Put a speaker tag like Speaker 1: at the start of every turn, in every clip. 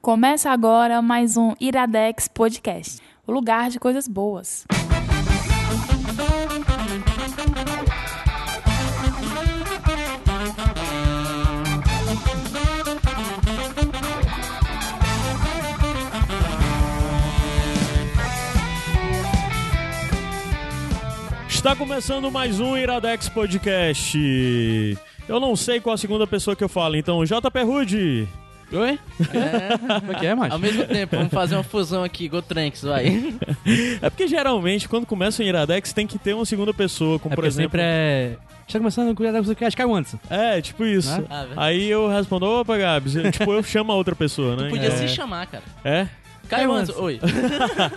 Speaker 1: Começa agora mais um Iradex Podcast o lugar de coisas boas.
Speaker 2: Está começando mais um Iradex Podcast. Eu não sei qual a segunda pessoa que eu falo, então JP Rude.
Speaker 3: Oi?
Speaker 4: Como é que é,
Speaker 3: Ao
Speaker 4: macho?
Speaker 3: mesmo tempo, vamos fazer uma fusão aqui, Gotranks, vai.
Speaker 2: É porque geralmente quando começa um Iradex tem que ter uma segunda pessoa, como
Speaker 4: é
Speaker 2: por
Speaker 4: porque
Speaker 2: exemplo.
Speaker 4: sempre é... Está começando com o Iradex Podcast, Caio Anderson.
Speaker 2: É, tipo isso.
Speaker 4: Né?
Speaker 3: Ah, velho.
Speaker 2: Aí eu respondo, opa, Gabs, Eu, tipo, eu chamo a outra pessoa, né?
Speaker 3: Podia
Speaker 2: é.
Speaker 3: se chamar, cara.
Speaker 2: É?
Speaker 3: Caio
Speaker 4: Anderson.
Speaker 3: Anderson, oi.
Speaker 2: eu
Speaker 4: Tá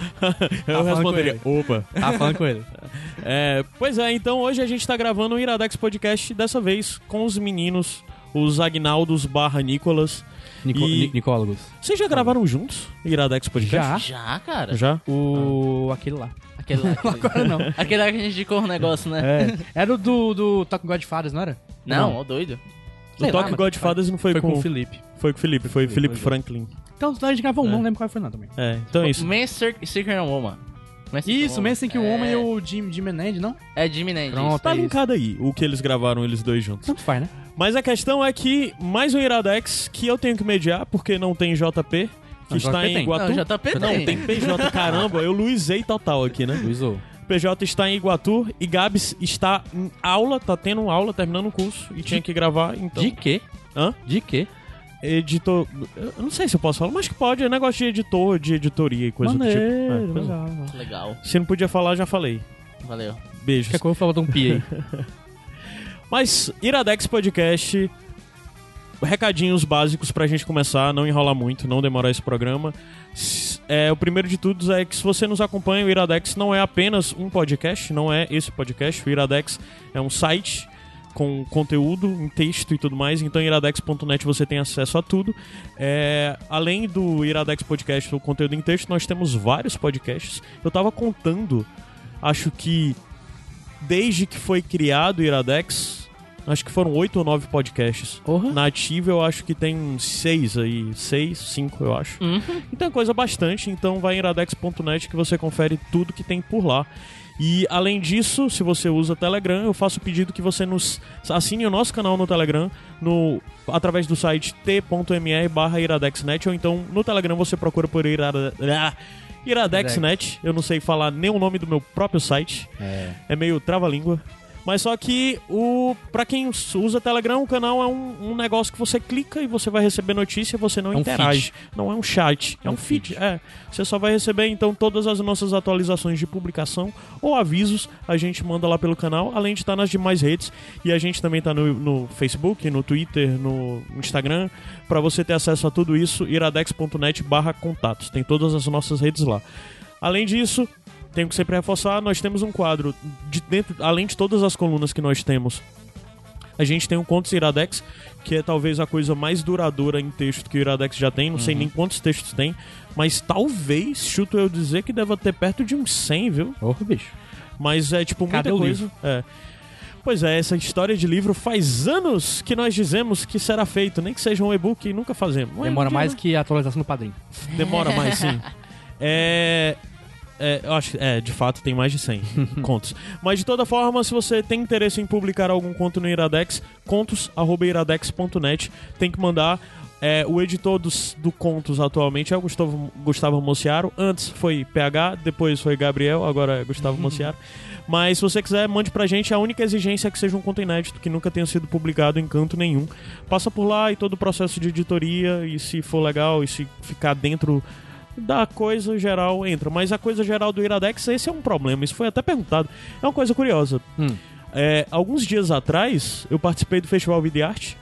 Speaker 4: falando com
Speaker 2: responderia, opa.
Speaker 4: Tava falando com ele.
Speaker 2: É, pois é, então hoje a gente tá gravando um Iradex Podcast, dessa vez com os meninos, os Agnaldos barra Nicolas.
Speaker 4: Nico...
Speaker 2: E-
Speaker 4: Ni- Nicólogos.
Speaker 2: Vocês já gravaram juntos Iradex Podcast?
Speaker 4: Tá Já.
Speaker 3: Já, cara.
Speaker 2: Ah. Já?
Speaker 4: O... aquele lá.
Speaker 3: Aquele lá. Aquele,
Speaker 4: Agora não.
Speaker 3: aquele lá que a gente indicou o negócio, né?
Speaker 4: É. Era o do, do Talking Godfathers, não era?
Speaker 3: Não, ó, doido.
Speaker 2: O
Speaker 3: Sei lá,
Speaker 2: Talk
Speaker 3: mano.
Speaker 2: Godfathers não foi,
Speaker 4: Foi com o
Speaker 2: Felipe.
Speaker 4: Felipe.
Speaker 2: Foi com o Felipe, foi Felipe
Speaker 4: foi.
Speaker 2: Franklin.
Speaker 4: Então, senão a gente gravou um,
Speaker 2: É.
Speaker 4: não lembro qual foi não também.
Speaker 2: É, então é isso.
Speaker 3: Man's Cir- Circle and Woman. Man's Circle
Speaker 4: Isso,
Speaker 3: Woman.
Speaker 4: mesmo assim que o
Speaker 3: É,
Speaker 4: homem e o Jim, Jim Menend, não?
Speaker 3: É Jimmy Nandy.
Speaker 4: Pronto.
Speaker 2: Tá
Speaker 4: é isso.
Speaker 2: linkado aí o que eles gravaram, eles dois juntos.
Speaker 4: Tanto faz, né?
Speaker 2: Mas a questão é que mais um Iradex que eu tenho que mediar, porque não tem JP, que
Speaker 4: Não,
Speaker 2: está
Speaker 4: JP
Speaker 2: em
Speaker 4: tem.
Speaker 3: Não, tá
Speaker 2: Iguatu.
Speaker 3: JP
Speaker 2: tá Não, tem PJ, caramba, eu luizei total aqui, né?
Speaker 4: Luizou.
Speaker 2: PJ está em Iguatu e Gabs está em aula, tá tendo aula, terminando o curso e tinha que gravar, então.
Speaker 4: De quê?
Speaker 2: Hã?
Speaker 4: De quê?
Speaker 2: Editor. Eu não sei se eu posso falar, mas que pode, é negócio de editor, de editoria e coisa do tipo. É,
Speaker 4: Maneiro,
Speaker 2: pois é.
Speaker 4: legal.
Speaker 3: Legal.
Speaker 2: Se não podia falar, já falei.
Speaker 3: Valeu.
Speaker 2: Beijos.
Speaker 4: Quer que eu vou falar de um pi aí?
Speaker 2: Mas Iradex Podcast, recadinhos básicos pra gente começar, não enrolar muito, não demorar esse programa. S- É, o primeiro de tudo é que se você nos acompanha, o Iradex não é apenas um podcast, não é esse podcast. O Iradex é um site com conteúdo em texto e tudo mais. Então, em iradex.net você tem acesso a tudo. É, além do Iradex Podcast, o conteúdo em texto, nós temos vários podcasts. Eu tava contando, acho que desde que foi criado o Iradex, acho que foram oito ou nove podcasts.
Speaker 4: Porra.
Speaker 2: Na ativa eu acho que tem uns seis aí, seis, cinco eu acho. Então é coisa bastante, então vai em iradex.net que você confere tudo que tem por lá. E além disso, se você usa Telegram, eu faço o pedido que você nos assine o nosso canal no Telegram no através do site t.me barra iradexnet ou então no Telegram você procura por irada, ah, iradexnet. Eu não sei falar nem o nome do meu próprio site.
Speaker 4: É.
Speaker 2: É meio trava-língua. Mas só que o para quem usa Telegram, o canal é um, um negócio que você clica e você vai receber notícia, você não
Speaker 4: É um
Speaker 2: interage. Não é um chat, é, um feed. É. Você só vai receber então todas as nossas atualizações de publicação ou avisos, a gente manda lá pelo canal, além de estar nas demais redes. E a gente também tá no, no Facebook, no Twitter, no Instagram. Para você ter acesso a tudo isso, iradex.net barra contatos. Tem todas as nossas redes lá. Além disso, tenho que sempre reforçar, nós temos um quadro de dentro, além de todas as colunas que nós temos. A gente tem um Contos Iradex, que é talvez a coisa mais duradoura em texto que o Iradex já tem, não sei
Speaker 4: Uhum.
Speaker 2: nem quantos textos tem, mas talvez, chuto eu dizer que deva ter perto de uns 100, viu?
Speaker 4: Porra, bicho.
Speaker 2: Mas é tipo muita
Speaker 4: Cadê o
Speaker 2: coisa. É. Pois é, essa história de livro faz anos que nós dizemos que será feito, nem que seja um e-book e nunca fazemos. Mas um
Speaker 4: Demora
Speaker 2: dia,
Speaker 4: mais
Speaker 2: né?
Speaker 4: que a atualização do padrinho.
Speaker 2: Demora mais, sim. É. É, eu acho que, é, de fato, tem mais de 100 contos. Mas, de toda forma, se você tem interesse em publicar algum conto no Iradex, contos.iradex.net. Tem que mandar. É, o editor dos, do Contos atualmente é o Gustavo, Gustavo Mociaro. Antes foi PH, depois foi Gabriel, agora é Gustavo Mociaro. Mas, se você quiser, mande pra gente. A única exigência é que seja um conto inédito, que nunca tenha sido publicado em canto nenhum. Passa por lá e todo o processo de editoria, e se for legal, e se ficar dentro da coisa geral entra. Mas a coisa geral do Iradex, esse é um problema. Isso foi até perguntado. É uma coisa curiosa.
Speaker 4: Hum.
Speaker 2: É, alguns dias atrás, eu participei do Festival Vida e Arte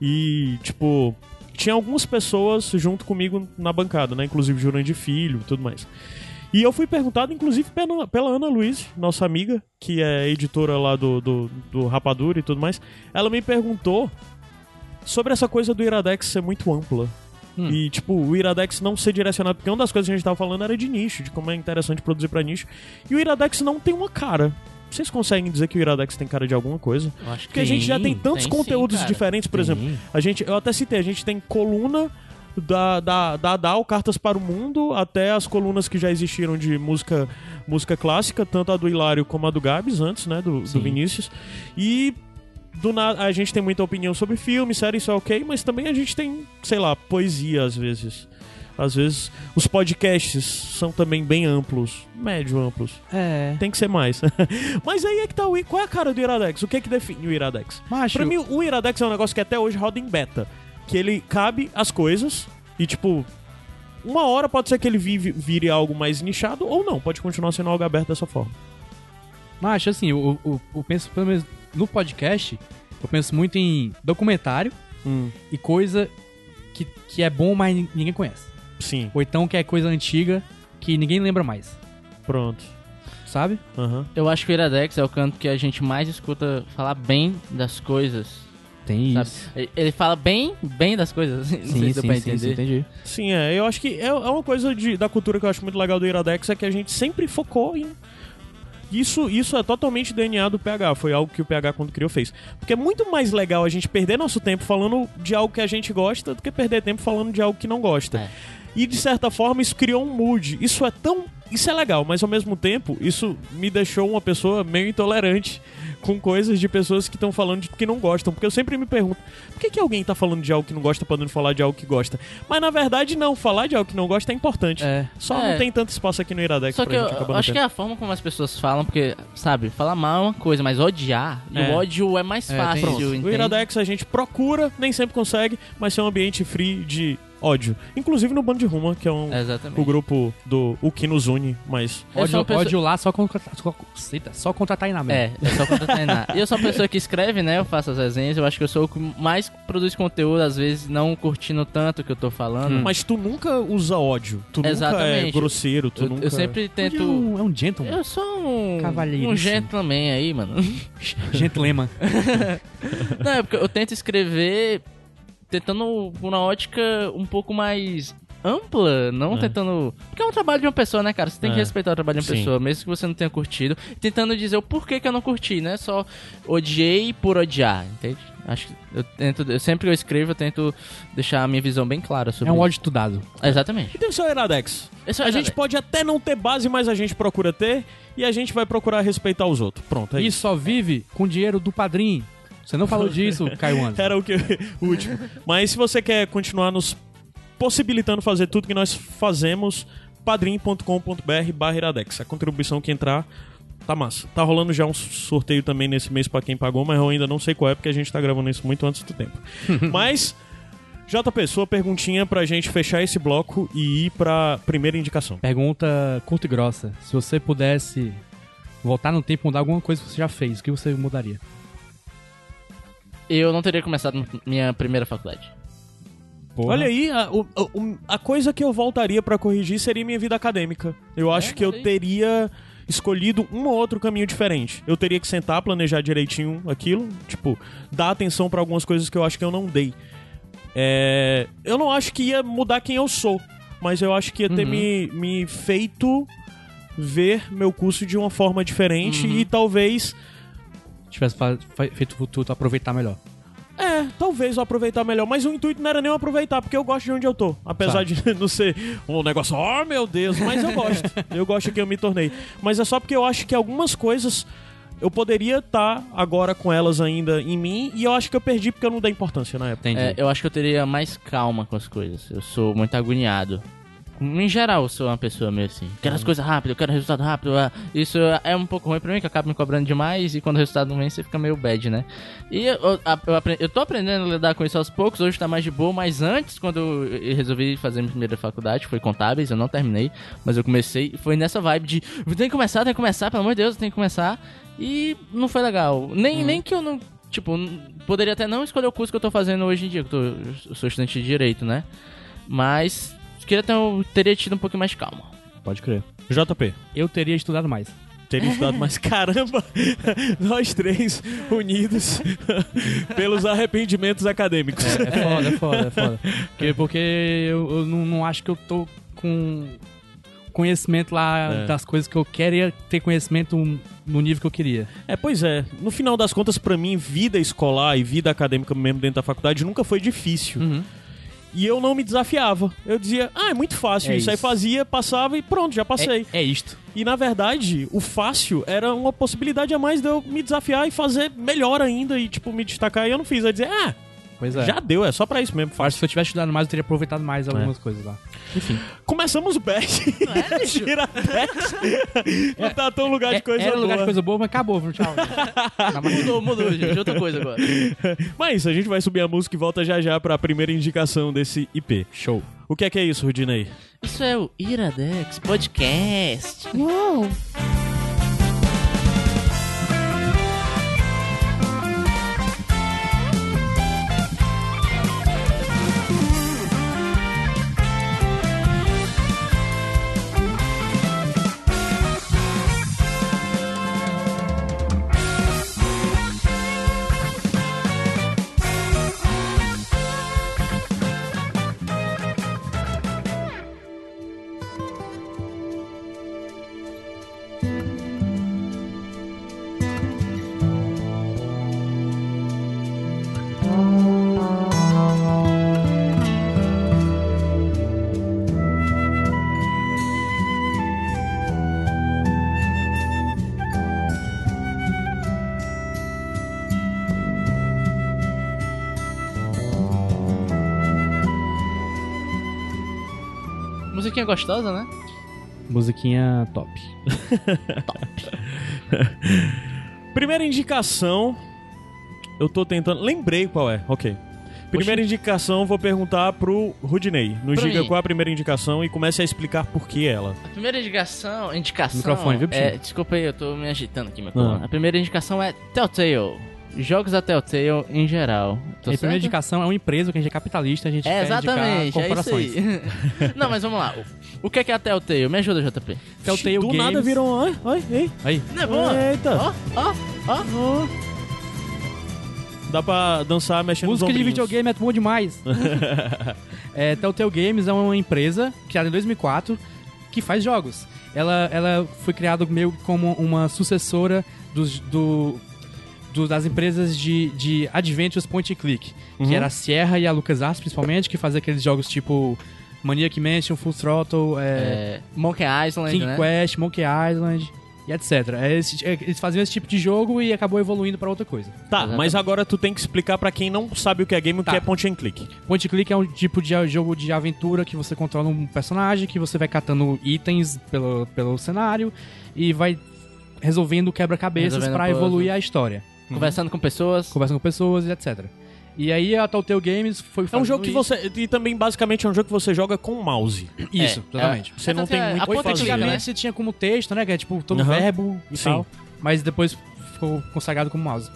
Speaker 2: e, tipo, tinha algumas pessoas junto comigo na bancada, né? Inclusive Jurandir Filho e tudo mais. E eu fui perguntado, inclusive, pela, pela Ana Luiz, nossa amiga, que é editora lá do, do, do Rapadura e tudo mais. Ela me perguntou sobre essa coisa do Iradex ser muito ampla.
Speaker 4: Hum.
Speaker 2: E, tipo, o Iradex não ser direcionado, porque uma das coisas que a gente tava falando era de nicho, de como é interessante produzir pra nicho. E o Iradex não tem uma cara. Vocês conseguem dizer que o Iradex tem cara de alguma coisa?
Speaker 3: Eu acho que
Speaker 2: Porque a gente já tem tantos
Speaker 3: tem sim,
Speaker 2: conteúdos
Speaker 3: cara.
Speaker 2: diferentes, por exemplo, a gente, eu até citei, a gente tem coluna da, da, da Adal, Cartas para o Mundo, até as colunas que já existiram de música, música clássica, tanto a do Hilário como a do Gabs, antes, né? Do, do
Speaker 4: Sim.
Speaker 2: Vinícius. E do na- a gente tem muita opinião sobre filme, série, isso é ok, mas também a gente tem, sei lá, poesia às vezes. Às vezes os podcasts são também bem amplos, médio amplos.
Speaker 4: É.
Speaker 2: Tem que ser mais. Mas aí é que tá o. i- Qual é a cara do Iradex? O que é que define o Iradex?
Speaker 4: Macho.
Speaker 2: Pra mim, o Iradex é um negócio que até hoje roda em beta. Que ele cabe as coisas e, tipo, uma hora pode ser que ele vive- vire algo mais nichado ou não. Pode continuar sendo algo aberto dessa forma.
Speaker 4: Mas assim, eu, eu, eu penso, pelo menos no podcast, eu penso muito em documentário e coisa que, que é bom, mas nin- ninguém conhece.
Speaker 2: Sim,
Speaker 4: Ou então que é coisa antiga que ninguém lembra mais,
Speaker 2: pronto.
Speaker 4: sabe?
Speaker 2: Aham.
Speaker 3: Eu acho que o Iradex é o canto que a gente mais escuta falar bem das coisas.
Speaker 4: Tem
Speaker 3: sabe? Ele- Ele fala bem, bem das coisas. Não sei se deu pra entender.
Speaker 4: entendi.
Speaker 2: Sim, é. Eu acho que é, é uma coisa de- da cultura que eu acho muito legal do Iradex é que a gente sempre focou em. Isso, isso é totalmente DNA do PH, foi algo que o PH quando criou fez. Porque é muito mais legal a gente perder nosso tempo falando de algo que a gente gosta do que perder tempo falando de algo que não gosta.
Speaker 3: É.
Speaker 2: E de certa forma isso criou um mood. Isso é tão. Isso é legal, mas ao mesmo tempo isso me deixou uma pessoa meio intolerante com coisas de pessoas que estão falando de que não gostam. Porque eu sempre me pergunto, por que, que alguém tá falando de algo que não gosta podendo falar de algo que gosta? Mas na verdade não, falar de algo que não gosta é importante.
Speaker 4: É.
Speaker 2: Só
Speaker 3: É.
Speaker 2: não tem tanto espaço aqui no Iradex
Speaker 3: Só
Speaker 2: pra
Speaker 3: que eu,
Speaker 2: gente acabar
Speaker 3: eu
Speaker 2: não
Speaker 3: acho que é a forma como as pessoas falam, porque, sabe, falar mal é uma coisa, mas odiar, e
Speaker 2: É.
Speaker 3: o ódio é mais
Speaker 4: É, tem
Speaker 3: fácil,
Speaker 4: isso. O
Speaker 2: O é
Speaker 3: entende?
Speaker 2: Iradex a gente procura, nem sempre consegue, mas é um ambiente free de ódio. Inclusive no Bando de Ruma, que é um,
Speaker 3: É, Exatamente.
Speaker 2: o grupo do o que nos une, mas
Speaker 3: Eu
Speaker 4: Ódio,
Speaker 3: sou uma pessoa-
Speaker 4: ódio lá só contratar. Só, eita, só contratar aí na merda.
Speaker 3: É, é só contra treinar. e eu sou uma pessoa que escreve, né? Eu faço as resenhas, eu acho que eu sou o que mais produz conteúdo, às vezes não curtindo tanto o que eu tô falando.
Speaker 4: Hum.
Speaker 2: Mas tu nunca usa ódio. Tu nunca é
Speaker 3: Exatamente.
Speaker 2: grosseiro, tu
Speaker 3: eu,
Speaker 2: nunca.
Speaker 3: eu sempre
Speaker 4: Onde É
Speaker 3: tento.
Speaker 4: um, é um gentleman.
Speaker 3: Eu sou um.
Speaker 4: Cavalheiríssimo.
Speaker 3: Um gentleman aí, mano.
Speaker 4: Gentleman.
Speaker 3: Não, é porque eu tento escrever tentando uma ótica um pouco mais ampla, não
Speaker 2: É.
Speaker 3: tentando. Porque é um trabalho de uma pessoa, né, cara? Você tem que
Speaker 2: É.
Speaker 3: respeitar o trabalho de uma
Speaker 2: Sim.
Speaker 3: pessoa, mesmo que você não tenha curtido. Tentando dizer o porquê que eu não curti, né? Só odiei por odiar, entende? Acho que eu tento. eu- sempre que eu escrevo, eu tento deixar a minha visão bem clara sobre
Speaker 4: é um ódio estudado.
Speaker 3: isso. Exatamente.
Speaker 2: Então, seu Iradex.
Speaker 3: Esse é o
Speaker 2: A gente
Speaker 3: Iradex.
Speaker 2: pode até não ter base, mas a gente procura ter e a gente vai procurar respeitar os outros. Pronto, é
Speaker 4: e
Speaker 2: isso.
Speaker 4: só vive com dinheiro do padrinho. Você não falou disso, Caio Anderson.
Speaker 2: Era o que o último. Mas se você quer continuar nos possibilitando fazer tudo que nós fazemos, padrim.com.br barra Iradex. A contribuição que entrar tá massa. Tá rolando já um sorteio também nesse mês pra quem pagou, mas eu ainda não sei qual é, porque a gente tá gravando isso muito antes do tempo. mas, JP, sua perguntinha pra gente fechar esse bloco e ir pra primeira indicação.
Speaker 4: Pergunta curta e grossa. Se você pudesse voltar no tempo e mudar alguma coisa que você já fez, o que você mudaria?
Speaker 3: Eu não teria começado m- minha primeira faculdade.
Speaker 2: Olha aí, a, o- o- a coisa que eu voltaria pra corrigir seria minha vida acadêmica. Eu acho que eu
Speaker 3: olha É, aí.
Speaker 2: teria escolhido um ou outro caminho diferente. Eu teria que sentar, planejar direitinho aquilo, tipo, dar atenção pra algumas coisas que eu acho que eu não dei. É, eu não acho que ia mudar quem eu sou, mas eu acho que ia ter
Speaker 3: Uhum.
Speaker 2: me, me feito ver meu curso de uma forma diferente
Speaker 3: Uhum.
Speaker 2: e talvez
Speaker 4: Tivesse fa- fa- feito o futuro aproveitar melhor.
Speaker 2: É, talvez eu aproveitar melhor, mas o intuito não era nem eu aproveitar, porque eu gosto de onde eu tô. Apesar de não ser um negócio, oh meu Deus, mas eu gosto. eu gosto que eu me tornei. Mas é só porque eu acho que algumas coisas eu poderia estar agora com elas ainda em mim, e eu acho que eu perdi porque eu não dei importância na época.
Speaker 3: É,
Speaker 4: Entendi.
Speaker 3: eu acho que eu teria mais calma com as coisas. Eu sou muito agoniado. Em geral, eu sou uma pessoa meio assim. Quero as coisas rápido, quero resultado rápido. ah, Isso é um pouco ruim pra mim, que acaba me cobrando demais. E quando o resultado não vem, você fica meio bad, né? E eu, eu, a- eu apre- eu tô aprendendo a lidar com isso aos poucos. Hoje tá mais de boa, mas antes, quando eu eu resolvi fazer minha primeira faculdade, foi contábeis, eu não terminei. Mas eu comecei, foi nessa vibe de tem que começar, tem que começar, pelo amor de Deus, tem que começar. E não foi legal. Nem, nem que eu não. Tipo, n- poderia até não escolher o curso que eu tô fazendo hoje em dia, que eu, tô- eu sou estudante de direito, né? Mas queria ter, eu teria tido um pouquinho mais de calma.
Speaker 4: Pode crer.
Speaker 2: JP,
Speaker 4: Eu teria estudado mais.
Speaker 2: teria estudado, mas caramba, nós três unidos pelos arrependimentos acadêmicos.
Speaker 4: É, é foda, é foda, é foda. Porque, porque eu, eu não, não acho que eu tô com conhecimento lá
Speaker 2: É.
Speaker 4: das coisas que eu quero e ia ter conhecimento no nível que eu queria.
Speaker 2: É, pois é. No final das
Speaker 4: Hum.
Speaker 2: contas, pra mim, vida escolar e vida acadêmica mesmo dentro da faculdade nunca foi difícil. E eu não me desafiava. Eu dizia, ah, é muito fácil
Speaker 3: É
Speaker 2: isso. Aí
Speaker 3: isso.
Speaker 2: fazia, passava e pronto, já passei.
Speaker 3: É, é isto.
Speaker 2: E na verdade, o fácil era uma possibilidade a mais de eu me desafiar e fazer melhor ainda e, tipo, me destacar. E eu não fiz. Eu dizia, ah,
Speaker 4: Pois é.
Speaker 2: já deu, é só pra isso mesmo,
Speaker 4: Acho que
Speaker 2: fácil.
Speaker 4: se eu tivesse estudado mais, eu teria aproveitado mais algumas coisas lá. Enfim.
Speaker 2: Começamos bem. Não
Speaker 3: é, bicho?
Speaker 2: Não tá tão lugar de coisa
Speaker 4: Era É, um lugar de
Speaker 2: boa.
Speaker 4: coisa boa, mas acabou, viu? Tchau.
Speaker 3: Ah, Mudou, mudou, gente. Outra coisa agora.
Speaker 2: Mas é isso, a gente vai subir a música e volta já já pra primeira indicação desse IP.
Speaker 4: Show.
Speaker 2: O que é que é isso, Rudinei?
Speaker 3: Isso é o Iradex Podcast.
Speaker 1: Uou!
Speaker 3: Musiquinha gostosa, né?
Speaker 4: Musiquinha top.
Speaker 2: Primeira indicação. Eu tô tentando. Lembrei qual é, ok. Primeira indicação, vou perguntar pro Rudinei. Nos
Speaker 3: Pra
Speaker 2: diga
Speaker 3: mim.
Speaker 2: qual é a primeira indicação e comece a explicar por que ela.
Speaker 3: A primeira indicação. Indicação.
Speaker 4: Microfone, viu, bichinho?
Speaker 3: é, Desculpa aí, eu tô me agitando aqui, meu coluna. A primeira indicação é Telltale. Jogos da Telltale em geral. Tô
Speaker 4: a primeira
Speaker 3: Tá certo?
Speaker 4: indicação é uma empresa que a gente é capitalista, a gente
Speaker 3: É,
Speaker 4: quer indicar
Speaker 3: exatamente, é isso
Speaker 4: corporações.
Speaker 3: aí. Não, mas vamos lá. O que é que é a Telltale? Me ajuda, JP.
Speaker 4: Telltale
Speaker 2: Do
Speaker 4: Games.
Speaker 2: nada viram. Oi, oi, ei.
Speaker 4: Aí.
Speaker 3: Não é bom?
Speaker 2: Eita.
Speaker 3: Ó, ó, ó.
Speaker 2: Dá pra dançar mexendo nos
Speaker 4: Música de
Speaker 2: ombrinhos.
Speaker 4: videogame é bom demais. é, Telltale Games é uma empresa criada em 2004 que faz jogos. Ela, ela foi criada meio como uma sucessora dos, do, do- das empresas de, de Adventures Point and Click,
Speaker 2: Uhum.
Speaker 4: que era a Sierra e a LucasArts, principalmente, que fazia aqueles jogos tipo Maniac Mansion, Full Throttle, é,
Speaker 3: É, Monkey Island,
Speaker 4: King
Speaker 3: né?
Speaker 4: Quest, Monkey Island e etc. É esse- é, eles faziam esse tipo de jogo e acabou evoluindo pra outra coisa.
Speaker 2: Tá, mas agora tu tem que explicar pra quem não sabe o que é game o
Speaker 4: Tá.
Speaker 2: que é point and click.
Speaker 4: Point and click é um tipo de jogo de aventura que você controla um personagem, que você vai catando itens pelo, pelo cenário e vai resolvendo quebra-cabeças
Speaker 3: Resolvendo
Speaker 4: pra
Speaker 3: puzzle.
Speaker 4: evoluir a história,
Speaker 3: Conversando com pessoas.
Speaker 4: conversando com pessoas e etc. E aí a Telltale Games
Speaker 2: É
Speaker 4: foi
Speaker 2: um
Speaker 4: fazendo
Speaker 2: jogo que
Speaker 4: isso.
Speaker 2: você. E também, basicamente, é um jogo que você joga com o mouse.
Speaker 4: Isso,
Speaker 3: É,
Speaker 4: exatamente.
Speaker 2: Você não tem
Speaker 3: Essa é
Speaker 2: muito
Speaker 3: a
Speaker 2: o que
Speaker 3: ponta
Speaker 2: fazer.
Speaker 3: antiga,
Speaker 4: Antigamente
Speaker 3: né?
Speaker 4: você tinha como texto, né? Que é tipo todo
Speaker 2: Aham.
Speaker 4: verbo e
Speaker 2: Sim.
Speaker 4: tal. Mas depois ficou consagrado como mouse.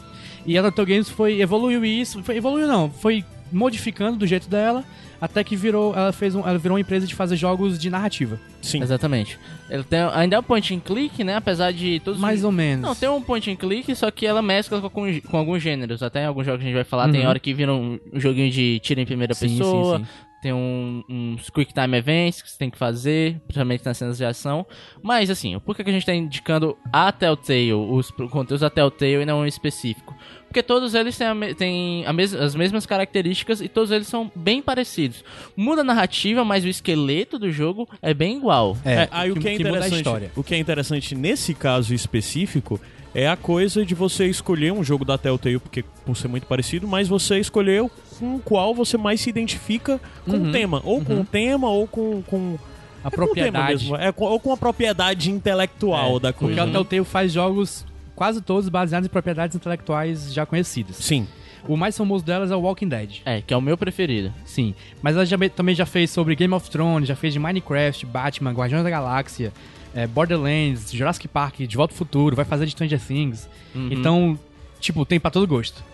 Speaker 4: E a Telltale Games foi, evoluiu isso. Foi, evoluiu não, foi modificando do jeito dela. Até que virou, ela fez um, ela virou uma empresa de fazer jogos de narrativa.
Speaker 2: Sim.
Speaker 3: Exatamente. Ele tem, ainda é um point and click, né? Apesar de todos os-
Speaker 4: Mais ou menos.
Speaker 3: Não, tem um point and click, só que ela mescla com, com alguns gêneros. Até em alguns jogos que a gente vai falar, tem
Speaker 4: Uhum.
Speaker 3: hora que vira um joguinho de tiro em primeira pessoa. Tem um, uns quick time events que você tem que fazer, principalmente nas cenas de ação. Mas, assim, por que que a gente tá indicando a Telltale, os pro- conteúdos da Telltale e não um específico? Porque todos eles têm, a me- têm a mes- as mesmas características e todos eles são bem parecidos. Muda a narrativa, mas o esqueleto do jogo é bem igual.
Speaker 4: É,
Speaker 2: É, aí o que, é
Speaker 4: muda a
Speaker 2: interessante,
Speaker 4: história.
Speaker 2: o que é interessante nesse caso específico é a coisa de você escolher um jogo da Telltale, porque por ser muito parecido, mas você escolher o- com qual você mais se identifica com o tema, ou com o tema ou com, com
Speaker 4: Uhum. A
Speaker 2: é com o tema
Speaker 4: propriedade.
Speaker 2: mesmo, é com- ou com a propriedade intelectual
Speaker 4: É,
Speaker 2: da
Speaker 4: Porque
Speaker 2: coisa.
Speaker 4: a
Speaker 2: né?
Speaker 4: Telltale faz jogos quase todos baseados em propriedades intelectuais já conhecidas.
Speaker 2: Sim.
Speaker 4: O mais famoso delas é o Walking Dead.
Speaker 3: É, que é o meu preferido.
Speaker 4: Sim, mas ela já- também já fez sobre Game of Thrones, já fez de Minecraft, Batman, Guardiões da Galáxia, eh, Borderlands, Jurassic Park, De Volta ao Futuro, vai fazer de Stranger Things.
Speaker 3: Uhum.
Speaker 4: Então, tipo, tem pra todo gosto.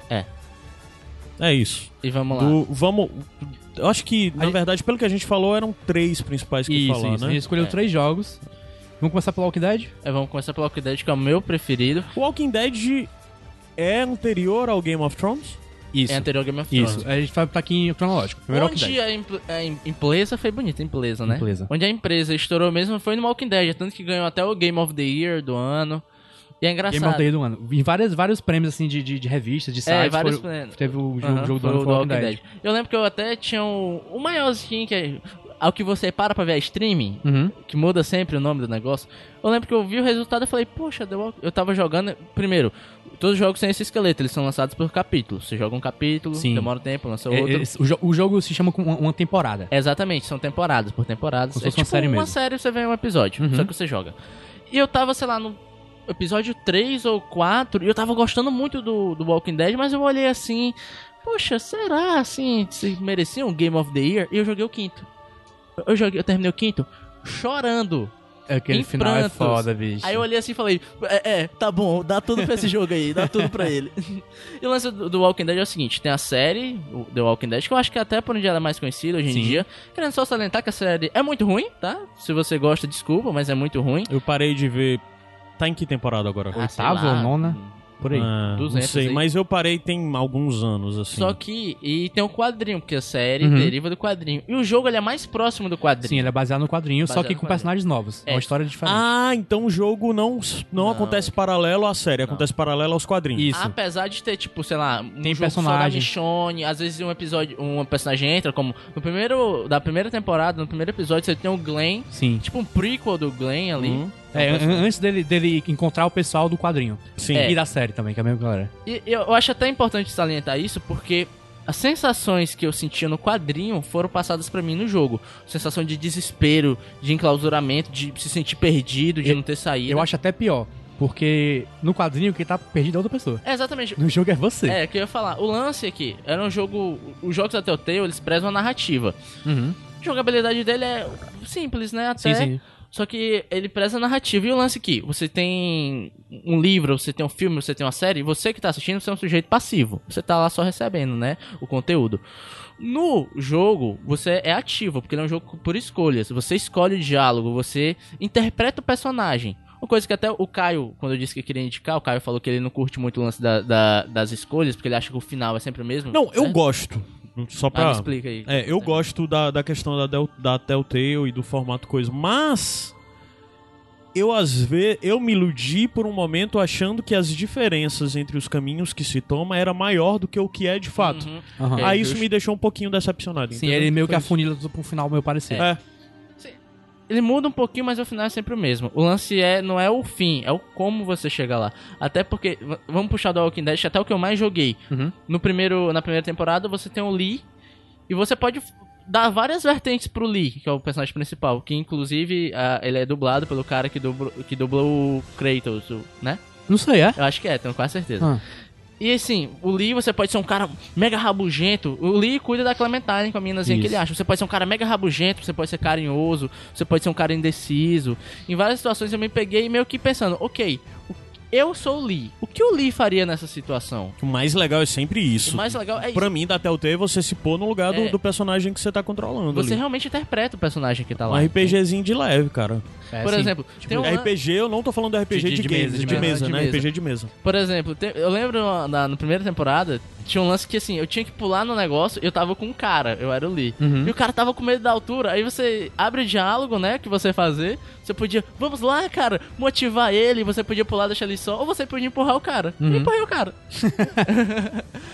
Speaker 2: É isso.
Speaker 3: E vamos lá.
Speaker 2: Do- vamos. Eu acho que, na
Speaker 4: A-
Speaker 2: verdade, pelo que a gente falou, eram três principais que
Speaker 4: isso,
Speaker 2: falar,
Speaker 4: isso.
Speaker 2: né?
Speaker 4: Ele escolheu
Speaker 3: É.
Speaker 4: três jogos. Vamos começar pelo Walking Dead?
Speaker 3: É, vamos começar pelo Walking Dead, que é o meu preferido.
Speaker 2: O Walking Dead é anterior ao Game of Thrones?
Speaker 4: Isso.
Speaker 3: É anterior ao Game of Thrones.
Speaker 4: isso. A gente vai tá aqui em cronológico. Primeiro Walking Dead.
Speaker 3: Onde a, impl- a im- empresa foi bonita, a empresa, né?
Speaker 4: Empresa.
Speaker 3: Onde a empresa estourou mesmo foi no Walking Dead, tanto que ganhou até o Game of the Year do ano. E é
Speaker 4: Game of the
Speaker 3: engraçado.
Speaker 4: Year do ano. Em várias, vários prêmios, assim, de, de, de revistas, de sites.
Speaker 3: É, vários
Speaker 4: foram-
Speaker 3: prêmios.
Speaker 4: Teve o jogo,
Speaker 3: Aham,
Speaker 4: jogo do
Speaker 3: foi
Speaker 4: ano
Speaker 3: o
Speaker 4: foi Walking Dead.
Speaker 3: Eu lembro que eu até tinha um, o maiorzinho que é ao que você para pra ver a streaming,
Speaker 4: Uhum.
Speaker 3: que muda sempre o nome do negócio. Eu lembro que eu vi o resultado e falei, poxa, The Walk- eu tava jogando. Primeiro, todos os jogos têm esse esqueleto, eles são lançados por capítulo. Você joga um capítulo,
Speaker 4: Sim.
Speaker 3: demora um tempo, lança
Speaker 4: É,
Speaker 3: outro.
Speaker 4: é, o, jo- o jogo se chama com uma, uma temporada.
Speaker 3: Exatamente, são temporadas por temporadas.
Speaker 4: Como se
Speaker 3: É
Speaker 4: fosse uma
Speaker 3: tipo
Speaker 4: série
Speaker 3: uma
Speaker 4: mesmo.
Speaker 3: série você vê um episódio,
Speaker 4: Uhum.
Speaker 3: só que você joga. E eu tava, sei lá, no episódio 3 ou 4, e eu tava gostando muito do, do Walking Dead, mas eu olhei assim, poxa, será assim, se merecia um Game of the Year? E eu joguei o quinto. Eu, joguei, eu terminei o quinto chorando.
Speaker 4: Aquele
Speaker 3: Em final é prantos. foda,
Speaker 4: bicho.
Speaker 3: Aí eu olhei assim e falei, é, é, tá bom, dá tudo pra esse jogo aí, dá tudo pra ele. e o lance do, do Walking Dead é o seguinte, tem a série o The Walking Dead, que eu acho que até por onde ela é mais conhecida hoje em
Speaker 4: Sim.
Speaker 3: dia. Querendo só salientar que a série é muito ruim, tá? Se você gosta, desculpa, mas é muito ruim.
Speaker 2: Eu parei de ver. Tá em que temporada agora?
Speaker 3: Ah, sei
Speaker 4: Oitava
Speaker 3: lá.
Speaker 4: ou nona? Por aí.
Speaker 2: Ah, não
Speaker 3: 200
Speaker 2: sei,
Speaker 3: aí.
Speaker 2: mas eu parei tem alguns anos, assim.
Speaker 3: Só que, e tem o quadrinho, porque a série
Speaker 4: Uhum.
Speaker 3: deriva do quadrinho. E o jogo, ele é mais próximo do quadrinho.
Speaker 4: Sim, ele é baseado no quadrinho,
Speaker 3: Baseado
Speaker 4: só que
Speaker 3: no
Speaker 4: com
Speaker 3: quadrinho.
Speaker 4: personagens novos. É
Speaker 3: É.
Speaker 4: uma história diferente.
Speaker 2: Ah, então o jogo não, não,
Speaker 3: Não.
Speaker 2: acontece paralelo à série, acontece paralelo aos quadrinhos.
Speaker 4: Ah, Isso.
Speaker 3: Apesar de ter, tipo, sei lá, um
Speaker 4: Tem
Speaker 3: jogo só da
Speaker 4: personagem.
Speaker 3: Michonne, às vezes um episódio, um personagem entra, como no primeiro, da primeira temporada, no primeiro episódio, você tem o Glenn,
Speaker 4: Sim.
Speaker 3: tipo um prequel do Glenn ali.
Speaker 2: Hum.
Speaker 4: É, an- antes dele, dele encontrar o pessoal do quadrinho.
Speaker 2: Sim.
Speaker 3: É.
Speaker 4: E da série também, que é a mesma galera.
Speaker 3: E eu acho até importante salientar isso, porque as sensações que eu sentia no quadrinho foram passadas pra mim no jogo. Sensação de desespero, de enclausuramento, de se sentir perdido, de
Speaker 4: Eu-
Speaker 3: não ter saído.
Speaker 4: Eu acho até pior, porque no quadrinho quem tá perdido é outra pessoa.
Speaker 3: É, exatamente.
Speaker 4: No jogo é você.
Speaker 3: É, que eu ia falar. O lance aqui era um jogo. Os jogos da Telltale, eles prezam a narrativa.
Speaker 4: Uhum.
Speaker 3: A jogabilidade dele é simples, né? Até.
Speaker 4: Sim, sim.
Speaker 3: Só que ele preza a narrativa. E o lance aqui, você tem um livro, você tem um filme, você tem uma série, você que tá assistindo, você é um sujeito passivo. Você tá lá só recebendo, né, o conteúdo. No jogo, você é ativo, porque ele é um jogo por escolhas. Você escolhe o diálogo, você interpreta o personagem. Uma coisa que até o Caio, quando eu disse que queria indicar, o Caio falou que ele não curte muito o lance da- da- das escolhas, porque ele acha que o final é sempre o mesmo.
Speaker 2: Não, eu
Speaker 3: né?
Speaker 2: gosto. Só
Speaker 3: Ah, me
Speaker 2: pra.
Speaker 3: explica aí.
Speaker 2: É, eu gosto da, da questão da, Del- da Telltale e do formato coisa, mas eu às vezes eu me iludi por um momento achando que as diferenças entre os caminhos que se toma era maior do que o que é de fato.
Speaker 3: Uhum.
Speaker 4: Aham.
Speaker 3: É, Então,
Speaker 2: Aí
Speaker 3: justo.
Speaker 2: isso me deixou um pouquinho decepcionado.
Speaker 4: Sim,
Speaker 2: entendeu?
Speaker 4: ele meio que
Speaker 2: Foi isso.
Speaker 4: afunila tudo pro final, meu parecer.
Speaker 2: É.
Speaker 3: ele muda um pouquinho, mas o final é sempre o mesmo. O lance é não é o fim, é o como você chega lá. Até porque v- vamos puxar do Walking Dead, até o que eu mais joguei.
Speaker 4: Uhum.
Speaker 3: No primeiro, na primeira temporada você tem o Lee e você pode f- dar várias vertentes pro Lee, que é o personagem principal, que inclusive ah, ele é dublado pelo cara que dubla, que dubla o Kratos, o- né?
Speaker 4: Não sei, é?
Speaker 3: Eu acho que é, tenho quase certeza.
Speaker 4: Ah.
Speaker 3: E assim, o Lee, você pode ser um cara mega rabugento. O Lee cuida da Clementine com a meninazinha que
Speaker 4: Isso.
Speaker 3: ele acha. Você pode ser um cara mega rabugento, você pode ser carinhoso, você pode ser um cara indeciso. Em várias situações eu me peguei meio que pensando, ok, o- eu sou o Lee. O que o Lee faria nessa situação?
Speaker 2: O mais legal é sempre isso.
Speaker 3: O mais legal é isso.
Speaker 2: Pra mim, da Telltale, você se pôr no lugar do,
Speaker 3: É.
Speaker 2: do personagem que você tá controlando.
Speaker 3: Você
Speaker 2: ali.
Speaker 3: realmente interpreta o personagem que tá
Speaker 2: Um
Speaker 3: lá.
Speaker 2: RPGzinho de leve, cara.
Speaker 4: É,
Speaker 3: Por
Speaker 4: sim.
Speaker 3: exemplo,
Speaker 2: tipo,
Speaker 3: tem um...
Speaker 2: RPG, eu não tô falando RPG de,
Speaker 4: De- de
Speaker 2: games,
Speaker 4: mesa, de
Speaker 2: de, mesa,
Speaker 3: mesa, de
Speaker 2: né?
Speaker 3: mesa.
Speaker 2: RPG de mesa.
Speaker 3: Por exemplo, te- eu lembro na, na primeira temporada, tinha um lance que assim, eu tinha que pular no negócio, eu tava com um cara, eu era o Lee.
Speaker 4: Uhum.
Speaker 3: E o cara tava com medo da altura, aí você abre o diálogo, né, que você fazer, você podia, vamos lá, cara, motivar ele, você podia pular, deixar ele só, ou você podia empurrar o cara.
Speaker 4: Uhum.
Speaker 3: Eu empurrei o cara.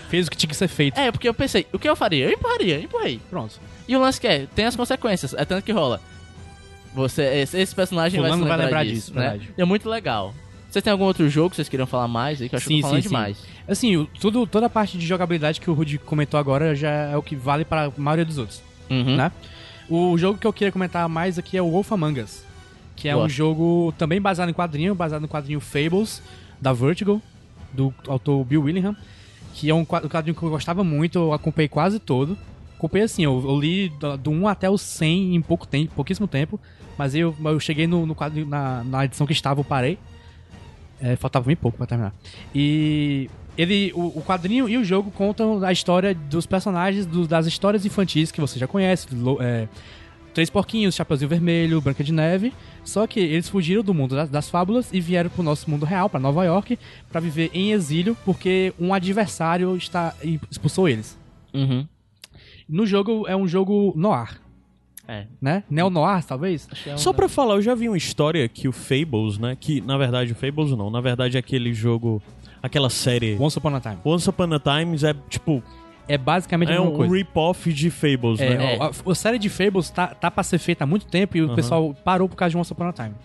Speaker 4: Fez o que tinha que ser feito.
Speaker 3: É, porque eu pensei, o que eu faria? Eu empurraria, eu empurrei.
Speaker 4: Pronto.
Speaker 3: E o lance que é, tem as consequências, é tanto que rola. Você, esse, esse personagem vai se
Speaker 4: Fulano
Speaker 3: lembrar,
Speaker 4: vai lembrar
Speaker 3: disso,
Speaker 4: disso,
Speaker 3: né?
Speaker 4: verdade.
Speaker 3: E é muito legal. Vocês têm algum outro jogo que vocês queriam falar mais aí, que eu acho que eu
Speaker 4: Sim,
Speaker 3: tô falando
Speaker 4: sim, sim.
Speaker 3: demais.
Speaker 4: Assim, o- tudo, toda a parte de jogabilidade que o Rudy comentou agora já é o que vale para a maioria dos outros.
Speaker 3: Uhum.
Speaker 4: Né? O jogo que eu queria comentar mais aqui é o Wolf Among Us, que é um
Speaker 3: Gosto.
Speaker 4: jogo também baseado em quadrinho, baseado no quadrinho Fables, da Vertigo, do autor Bill Willingham, que é um qua- um quadrinho que eu gostava muito, eu acompanhei quase todo. Acompanhei assim, eu, eu li do, do 1 até o 100 em pouco tempo, pouquíssimo tempo, mas eu, mas eu cheguei no, no quadrinho, na, na edição que estava, eu parei. É, faltava bem pouco pra terminar. E ele, o, o quadrinho e o jogo contam a história dos personagens, do- das histórias infantis que você já conhece. Lo- é, Três Porquinhos, Chapeuzinho Vermelho, Branca de Neve. Só que eles fugiram do mundo das, das fábulas e vieram pro nosso mundo real, pra Nova York, pra viver em exílio, porque um adversário está expulsou eles.
Speaker 3: Uhum.
Speaker 4: No jogo, é um jogo noir.
Speaker 3: É.
Speaker 4: né? Neo-noir, talvez?
Speaker 3: Acho que é
Speaker 2: Só
Speaker 3: um-
Speaker 2: pra falar, eu já vi uma história que o Fables, né? Que na verdade o Fables não, na verdade é aquele jogo, aquela série
Speaker 4: Once Upon a Time.
Speaker 2: Once Upon a Times é tipo
Speaker 4: É basicamente
Speaker 2: é
Speaker 4: a mesma
Speaker 2: um
Speaker 4: coisa.
Speaker 2: rip-off de Fables, né?
Speaker 4: É,
Speaker 3: É.
Speaker 4: A, a série de Fables tá, tá pra ser feita há muito tempo e o
Speaker 2: Aham.
Speaker 4: pessoal parou por causa de Once Upon a Time.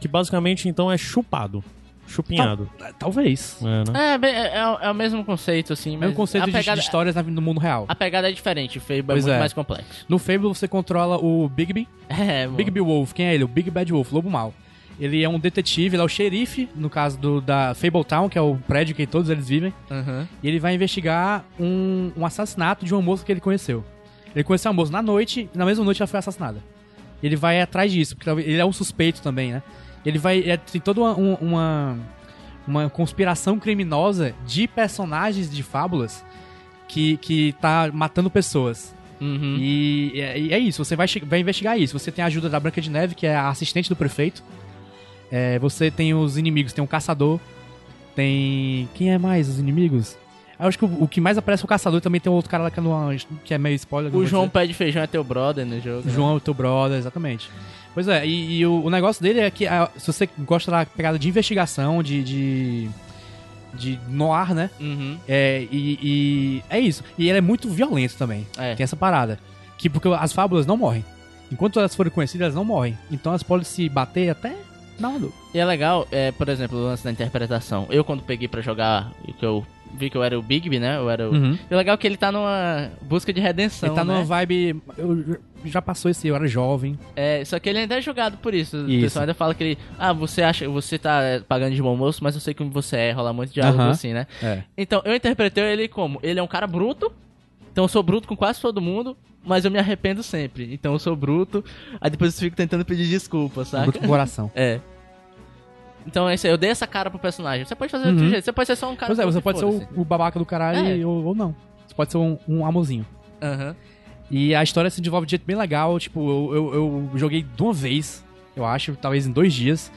Speaker 2: Que basicamente então é chupado, chupinhado,
Speaker 4: Tal- Talvez.
Speaker 2: é, né?
Speaker 3: É, bem, é, é o- é o mesmo conceito, assim.
Speaker 4: É
Speaker 3: mas
Speaker 4: um conceito
Speaker 3: a
Speaker 4: de-
Speaker 3: pegada,
Speaker 4: de histórias na- no mundo real.
Speaker 3: A pegada é diferente, o Fable
Speaker 4: Pois
Speaker 3: é muito
Speaker 4: é.
Speaker 3: mais complexo.
Speaker 4: No Fable você controla o Bigby.
Speaker 3: É, bom.
Speaker 4: Bigby Wolf, quem é ele? O Big Bad Wolf, Lobo Mal. Ele é um detetive, ele é o xerife, no caso do, da Fable Town, que é o prédio que todos eles vivem.
Speaker 3: Aham.
Speaker 4: E ele vai investigar um, um assassinato de uma moça que ele conheceu. Ele conheceu a moça na noite, e na mesma noite ela foi assassinada. Ele vai atrás disso, porque talvez- ele é um suspeito também, né? Ele vai. é- tem toda uma, um- uma, uma conspiração criminosa de personagens de fábulas que, que tá matando pessoas.
Speaker 3: Uhum.
Speaker 4: E, e é- e é isso, você vai, che- vai investigar isso. Você tem a ajuda da Branca de Neve, que é a assistente do prefeito. É, você tem os inimigos, tem o caçador, tem. Quem é mais os inimigos? Eu acho que o, o que mais aparece é o caçador e também tem um outro cara lá que, é numa- que é meio spoiler. não
Speaker 3: O
Speaker 4: vou
Speaker 3: João
Speaker 4: dizer.
Speaker 3: Pé de Feijão é teu brother no jogo. né?
Speaker 4: João é o teu brother, exatamente. Pois é, e, e o, o negócio dele é que ah, se você gosta da pegada de investigação, de. de, de noir, né?
Speaker 3: Uhum.
Speaker 4: É, e, e é isso. E ele é muito violento também.
Speaker 3: É.
Speaker 4: Tem essa parada. Que porque as fábulas não morrem. Enquanto elas forem conhecidas, elas não morrem. Então elas podem se bater até na hora do-
Speaker 3: E é legal, é, por exemplo, o lance da interpretação. Eu, quando peguei pra jogar, e que eu vi que eu era o Bigby, né? Eu era o... E o legal é que ele tá numa busca de redenção,
Speaker 4: Uhum. Ele tá
Speaker 3: né?
Speaker 4: numa vibe. Eu já passou esse, eu era jovem.
Speaker 3: É, só que ele ainda é jogado por isso. O
Speaker 4: Isso.
Speaker 3: pessoal ainda fala que ele... Ah, você acha... Você tá é, pagando de bom moço, mas eu sei como você é. Rola muito diálogo
Speaker 4: Aham.
Speaker 3: assim, né?
Speaker 4: É.
Speaker 3: Então, eu interpretei ele como... Ele é um cara bruto. Então, eu sou bruto com quase todo mundo. Mas eu me arrependo sempre. Então, eu sou bruto. Aí depois eu fico tentando pedir desculpa, saca?
Speaker 4: Bruto com coração.
Speaker 3: É. Então é isso aí, eu dei essa cara pro personagem. Você pode fazer de outro
Speaker 4: Uhum.
Speaker 3: jeito, você pode ser só um cara.
Speaker 4: pois é,
Speaker 3: que
Speaker 4: você pode ser o,
Speaker 3: foda-se.
Speaker 4: o babaca do caralho
Speaker 3: É.
Speaker 4: ou, ou não. Você pode ser um, um amorzinho.
Speaker 3: Aham.
Speaker 4: E a história se desenvolve de jeito bem legal. Tipo, eu, eu, eu joguei de uma vez, eu acho, talvez em dois dias.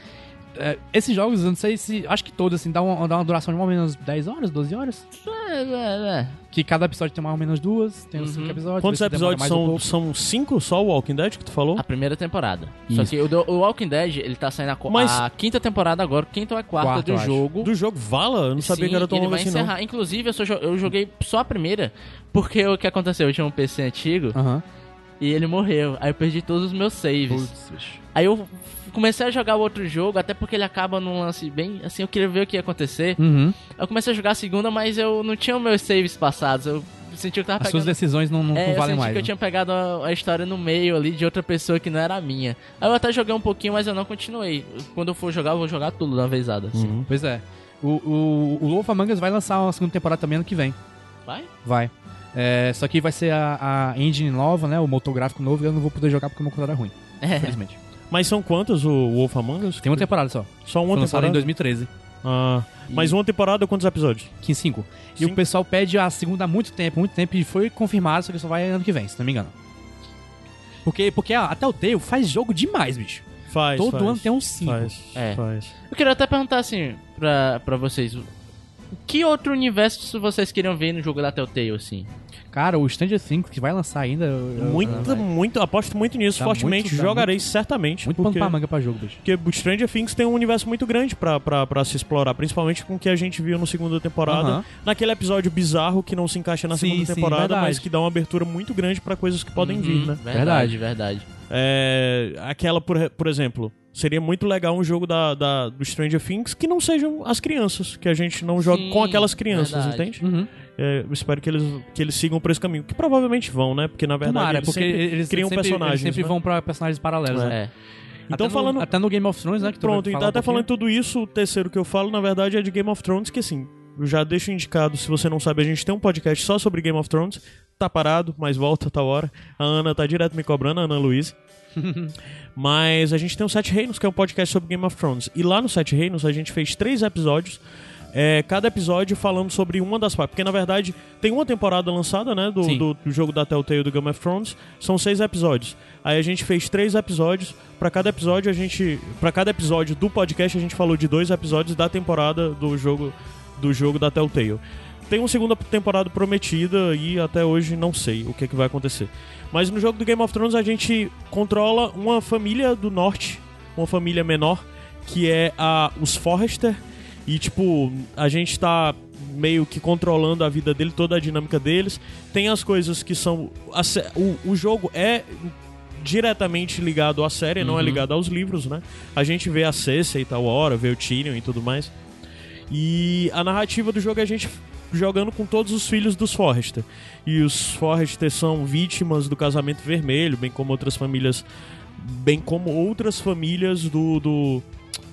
Speaker 4: É, esses jogos, eu não sei se. Acho que todos, assim, dá uma, dá uma duração de mais ou menos 10 horas, 12 horas.
Speaker 3: É, é, é.
Speaker 4: Que cada episódio tem mais ou menos duas, tem uns
Speaker 3: Uhum.
Speaker 4: 5 episódios.
Speaker 2: Quantos
Speaker 4: às vezes demora
Speaker 2: episódios
Speaker 4: mais um
Speaker 2: são? são
Speaker 4: pouco.
Speaker 2: cinco só o Walking Dead que tu falou?
Speaker 3: A primeira temporada. Só
Speaker 4: Isso.
Speaker 3: que o, do- o Walking Dead, ele tá saindo a, co-
Speaker 2: Mas-
Speaker 3: a quinta temporada agora, quinta ou a quarta
Speaker 4: Quarta,
Speaker 3: do
Speaker 4: eu acho.
Speaker 3: jogo.
Speaker 2: Do jogo Vala? Eu não sabia
Speaker 3: Sim,
Speaker 2: que era tão
Speaker 3: ele
Speaker 2: longo
Speaker 3: vai
Speaker 2: assim,
Speaker 3: encerrar.
Speaker 2: não.
Speaker 3: Inclusive, eu, só jo- eu joguei só a primeira, porque o que aconteceu? Eu tinha um PC antigo
Speaker 4: Aham.
Speaker 3: e ele morreu. Aí eu perdi todos os meus saves. Aí eu f- comecei a jogar o outro jogo, até porque ele acaba num lance bem assim, eu queria ver o que ia acontecer.
Speaker 4: Uhum.
Speaker 3: Eu comecei a jogar a segunda, mas eu não tinha os meus saves passados. Eu senti que eu tava
Speaker 4: As suas
Speaker 3: pegando.
Speaker 4: decisões não, não,
Speaker 3: Ah, É,
Speaker 4: não
Speaker 3: eu
Speaker 4: valem
Speaker 3: senti
Speaker 4: mais.
Speaker 3: que eu
Speaker 4: né?
Speaker 3: tinha pegado a, a história no meio ali de outra pessoa que não era a minha. Aí eu até joguei um pouquinho, mas eu não continuei. Quando eu for jogar, eu vou jogar tudo de uma vezada. Assim.
Speaker 2: Uhum.
Speaker 4: Pois é. O, o, o Wolf Among Us vai lançar uma segunda temporada também ano que vem.
Speaker 3: Vai?
Speaker 4: Vai. É, só que vai ser a, a engine nova, né? O motor gráfico novo, e eu não vou poder jogar porque o meu computador é ruim.
Speaker 3: É.
Speaker 4: Infelizmente.
Speaker 2: Mas são quantas o Wolf Among Us?
Speaker 4: Tem uma temporada só.
Speaker 2: Só uma
Speaker 4: Foi lançada em
Speaker 2: temporada?
Speaker 4: 2013.
Speaker 2: Ah, mas uma temporada, quantos episódios?
Speaker 4: 15, 5. E
Speaker 2: Cinco.
Speaker 4: o pessoal pede a segunda há muito tempo, muito tempo, e foi confirmado, só que só vai ano que vem, se não me engano. Porque, porque ah, a, a Telltale faz jogo demais, bicho.
Speaker 2: Faz,
Speaker 4: Todo
Speaker 2: faz,
Speaker 4: ano tem um uns 5.
Speaker 2: Faz,
Speaker 3: É.
Speaker 2: faz.
Speaker 3: Eu queria até perguntar assim pra, pra vocês. Que outro universo vocês queriam ver no jogo da Telltale, assim?
Speaker 4: Cara, o Stranger Things que vai lançar ainda. eu- eu-
Speaker 2: Muito, muito, aposto muito nisso,
Speaker 4: Tá
Speaker 2: fortemente,
Speaker 4: muito- tá
Speaker 2: jogarei certamente.
Speaker 4: Muito pano
Speaker 2: porque,
Speaker 4: pra manga pra jogo, bicho.
Speaker 2: porque o Stranger Things tem um universo muito grande pra, pra, pra se explorar, principalmente com o que a gente viu no segunda temporada,
Speaker 4: Aham.
Speaker 2: naquele episódio bizarro que não se encaixa na
Speaker 4: Sim,
Speaker 2: segunda
Speaker 4: sim,
Speaker 2: temporada, mas
Speaker 4: verdade. Uhum.
Speaker 2: que dá uma abertura muito grande pra coisas que podem vir, né?
Speaker 3: Uhum. Verdade, verdade.
Speaker 2: É, aquela, por, por exemplo, seria muito legal um jogo da, da- do Stranger Things que não sejam as crianças, que a gente não jogue
Speaker 3: Sim,
Speaker 2: com aquelas crianças,
Speaker 3: verdade.
Speaker 2: entende?
Speaker 4: Uhum.
Speaker 2: É, eu espero que eles, que eles sigam por esse caminho, que provavelmente vão, né? Porque na verdade
Speaker 4: Tomara,
Speaker 2: eles
Speaker 4: porque
Speaker 2: sempre
Speaker 4: eles
Speaker 2: criam
Speaker 4: sempre,
Speaker 2: personagens.
Speaker 4: Eles sempre
Speaker 2: né?
Speaker 4: vão pra personagens paralelos, né?
Speaker 3: É.
Speaker 2: Então,
Speaker 4: até
Speaker 2: falando-
Speaker 4: No, até no Game of Thrones, né? Que tu vai
Speaker 2: Pronto,
Speaker 4: falar
Speaker 2: então
Speaker 4: um
Speaker 2: até falando
Speaker 4: pouquinho.
Speaker 2: tudo isso, o terceiro que eu falo, na verdade, é de Game of Thrones, que assim, eu já deixo indicado, se você não sabe, a gente tem um podcast só sobre Game of Thrones, tá parado, mas volta, tá hora. A Ana tá direto me cobrando, a Ana Luiz. mas a gente tem o Sete Reinos, que é um podcast sobre Game of Thrones. E lá no Sete Reinos a gente fez três episódios. é, cada episódio falando sobre uma das partes. Porque, na verdade, tem uma temporada lançada, né? Do,
Speaker 4: Sim.
Speaker 2: do- do jogo da Telltale do Game of Thrones. São seis episódios. Aí a gente fez três episódios. Pra cada episódio, a gente. para cada episódio do podcast, a gente falou de dois episódios da temporada do jogo do jogo da Telltale. Tem uma segunda temporada prometida e até hoje não sei o que, é que vai acontecer. Mas no jogo do Game of Thrones a gente controla uma família do norte, uma família menor, que é a os Forrester. E tipo, a gente tá meio que controlando a vida dele, toda a dinâmica deles. Tem as coisas que são. a sé- O, o jogo é diretamente ligado à série, não é ligado aos livros, né? A gente vê a Cersei e tal hora, vê o Tyrion e tudo mais. E a narrativa do jogo é a gente jogando com todos os filhos dos Forrester. E os Forrester são vítimas do casamento vermelho, bem como outras famílias. Bem como outras famílias do, do,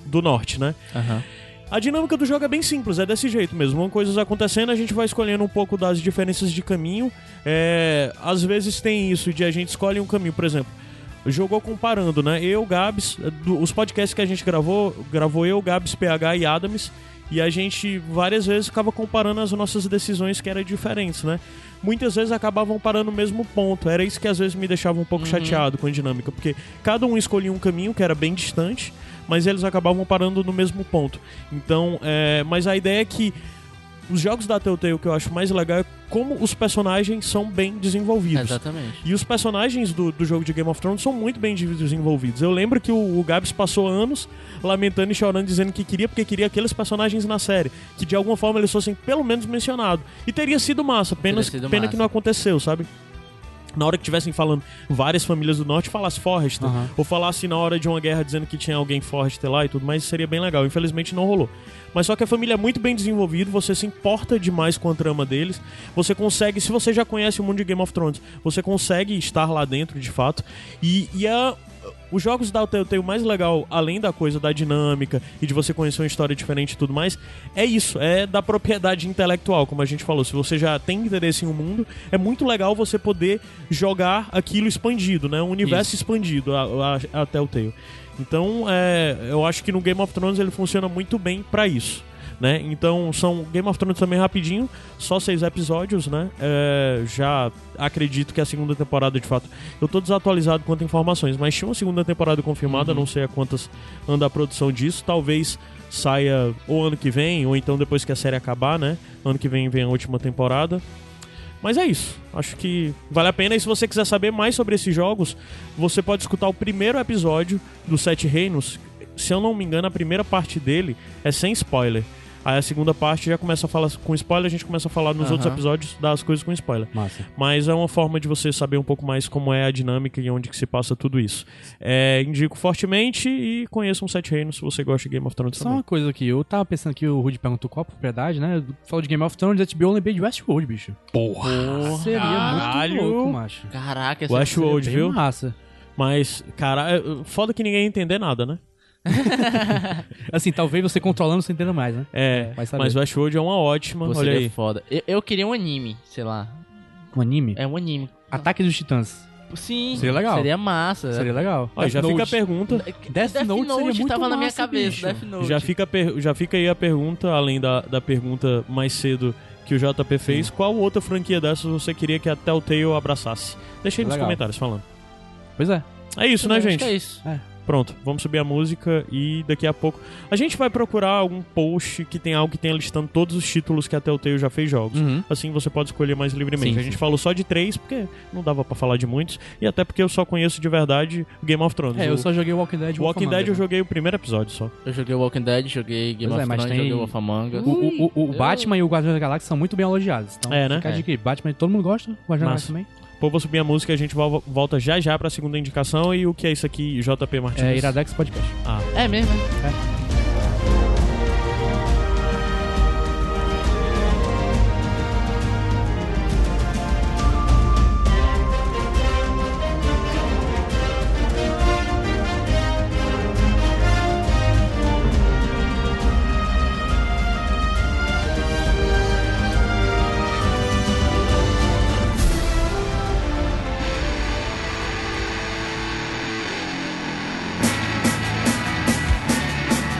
Speaker 2: do norte, né?
Speaker 3: Aham.
Speaker 2: A dinâmica do jogo é bem simples, é desse jeito mesmo. Vão coisas acontecendo, a gente vai escolhendo um pouco das diferenças de caminho. É, às vezes tem isso de a gente escolhe um caminho, por exemplo. Jogou comparando, né? Eu, Gabs, do- os podcasts que a gente gravou, gravou eu, Gabs, PH e Adams. E a gente várias vezes ficava comparando as nossas decisões que eram diferentes, né? Muitas vezes acabavam parando no mesmo ponto. Era isso que às vezes me deixava um pouco chateado com a dinâmica, porque cada um escolhia um caminho que era bem distante, mas eles acabavam parando no mesmo ponto. Então, é, mas a ideia é que os jogos da Telltale que eu acho mais legal é como os personagens são bem desenvolvidos.
Speaker 3: Exatamente.
Speaker 2: E os personagens do, do jogo de Game of Thrones são muito bem desenvolvidos. Eu lembro que o, o Gabs passou anos lamentando e chorando, dizendo que queria, porque queria aqueles personagens na série. Que de alguma forma eles fossem pelo menos mencionados. E teria sido massa, pena,
Speaker 3: Teria sido
Speaker 2: pena
Speaker 3: massa.
Speaker 2: que não aconteceu, sabe? Na hora que estivessem falando várias famílias do norte, falasse Forrester.
Speaker 4: Aham.
Speaker 2: Ou falasse na hora de uma guerra dizendo que tinha alguém Forrester lá e tudo mais, seria bem legal. Infelizmente não rolou. Mas só que a família é muito bem desenvolvida, você se importa demais com a trama deles. Você consegue, se você já conhece o mundo de Game of Thrones, você consegue estar lá dentro de fato. E, é e a- os jogos da Telltale mais legal, além da coisa da dinâmica e de você conhecer uma história diferente e tudo mais, é isso, é da propriedade intelectual, como a gente falou. Se você já tem interesse em um mundo, é muito legal você poder jogar aquilo expandido, né? Um universo expandido a- a- até o Telltale. Então, é, eu acho que no Game of Thrones ele funciona muito bem pra isso. Né? Então, são Game of Thrones também rapidinho, só seis episódios, né? É, já acredito que a segunda temporada, de fato, eu tô desatualizado quanto a informações, mas tinha uma segunda temporada confirmada, não sei a quantas anda a produção disso, talvez saia ou ano que vem, ou então depois que a série acabar, né? Ano que vem vem a última temporada. Mas é isso. Acho que vale a pena. E se você quiser saber mais sobre esses jogos, você pode escutar o primeiro episódio do Sete Reinos. Se eu não me engano, a primeira parte dele é sem spoiler. Aí a segunda parte já começa a falar com spoiler, a gente começa a falar nos
Speaker 3: Aham.
Speaker 2: outros episódios das coisas com spoiler.
Speaker 4: Massa.
Speaker 2: Mas é uma forma de você saber um pouco mais como é a dinâmica e onde que se passa tudo isso. É, indico fortemente e conheçam Sete Reinos se você gosta de Game of Thrones
Speaker 4: Só
Speaker 2: também.
Speaker 4: uma coisa aqui, eu tava pensando que o Rudy perguntou qual a propriedade, né? Falou de Game of Thrones, HBO, eu lembrei de Westworld, bicho.
Speaker 3: Porra.
Speaker 4: Seria
Speaker 2: caralho.
Speaker 4: muito louco, macho.
Speaker 3: Caraca, essa
Speaker 2: Westworld,
Speaker 4: Bem
Speaker 2: viu?
Speaker 4: massa.
Speaker 2: Mas, cara, é- foda que ninguém ia entender nada, né?
Speaker 4: Assim, talvez você controlando você entenda mais, né?
Speaker 2: É,
Speaker 4: Vai saber.
Speaker 2: mas Westworld é uma ótima.
Speaker 3: Você
Speaker 2: olha
Speaker 3: é
Speaker 2: aí.
Speaker 3: foda. Eu, eu queria um anime, sei lá.
Speaker 4: Um anime?
Speaker 3: É um anime.
Speaker 4: Ataque dos Titãs.
Speaker 3: Sim.
Speaker 4: Seria legal.
Speaker 3: Seria massa.
Speaker 4: Seria legal.
Speaker 2: Olha, já
Speaker 4: Death
Speaker 2: fica a
Speaker 4: Note.
Speaker 2: pergunta.
Speaker 4: Death Note seria muito
Speaker 3: tava na minha
Speaker 4: massa,
Speaker 3: cabeça,
Speaker 4: bicho.
Speaker 3: Death Note.
Speaker 2: Já fica, a per- já fica aí a pergunta, além da, da pergunta mais cedo que o JP fez, qual outra franquia dessas você queria que a Telltale abraçasse? Deixa aí nos
Speaker 4: Legal.
Speaker 2: comentários falando.
Speaker 4: Pois é.
Speaker 2: É isso, né,
Speaker 3: Acho
Speaker 2: gente?
Speaker 3: que É isso.
Speaker 2: Pronto, vamos subir a música e daqui a pouco. A gente vai procurar algum post que tenha algo que tenha listando todos os títulos que a Telltale já fez jogos.
Speaker 4: Uhum.
Speaker 2: Assim você pode escolher mais livremente.
Speaker 4: Sim,
Speaker 2: a gente
Speaker 4: sim.
Speaker 2: falou só de três, porque não dava pra falar de muitos, e até porque eu só conheço de verdade Game of Thrones.
Speaker 4: É, eu
Speaker 2: O-
Speaker 4: só joguei Walking Dead e Wolf
Speaker 2: Walking
Speaker 4: Among
Speaker 2: Dead eu
Speaker 4: Us, né?
Speaker 2: joguei o primeiro episódio só.
Speaker 3: Eu joguei Walking Dead, joguei Game
Speaker 4: Pois
Speaker 3: of
Speaker 4: é, mas
Speaker 3: Thrones,
Speaker 4: tem-
Speaker 3: joguei Wolf Among Us.
Speaker 4: O, o- o- o
Speaker 3: Hum. eu-
Speaker 4: Batman e o Guardiões da Galáxia são muito bem elogiados. Então,
Speaker 2: É, né?
Speaker 4: fica a
Speaker 3: É.
Speaker 4: dica aí. Batman todo mundo gosta, Guardiões da Galáxia também.
Speaker 2: Pô, vou subir a música e a gente vol- volta já já pra segunda indicação. E o que é isso aqui, JP Martins?
Speaker 4: É Iradex Podcast.
Speaker 2: Ah.
Speaker 3: É mesmo? né?
Speaker 5: Thank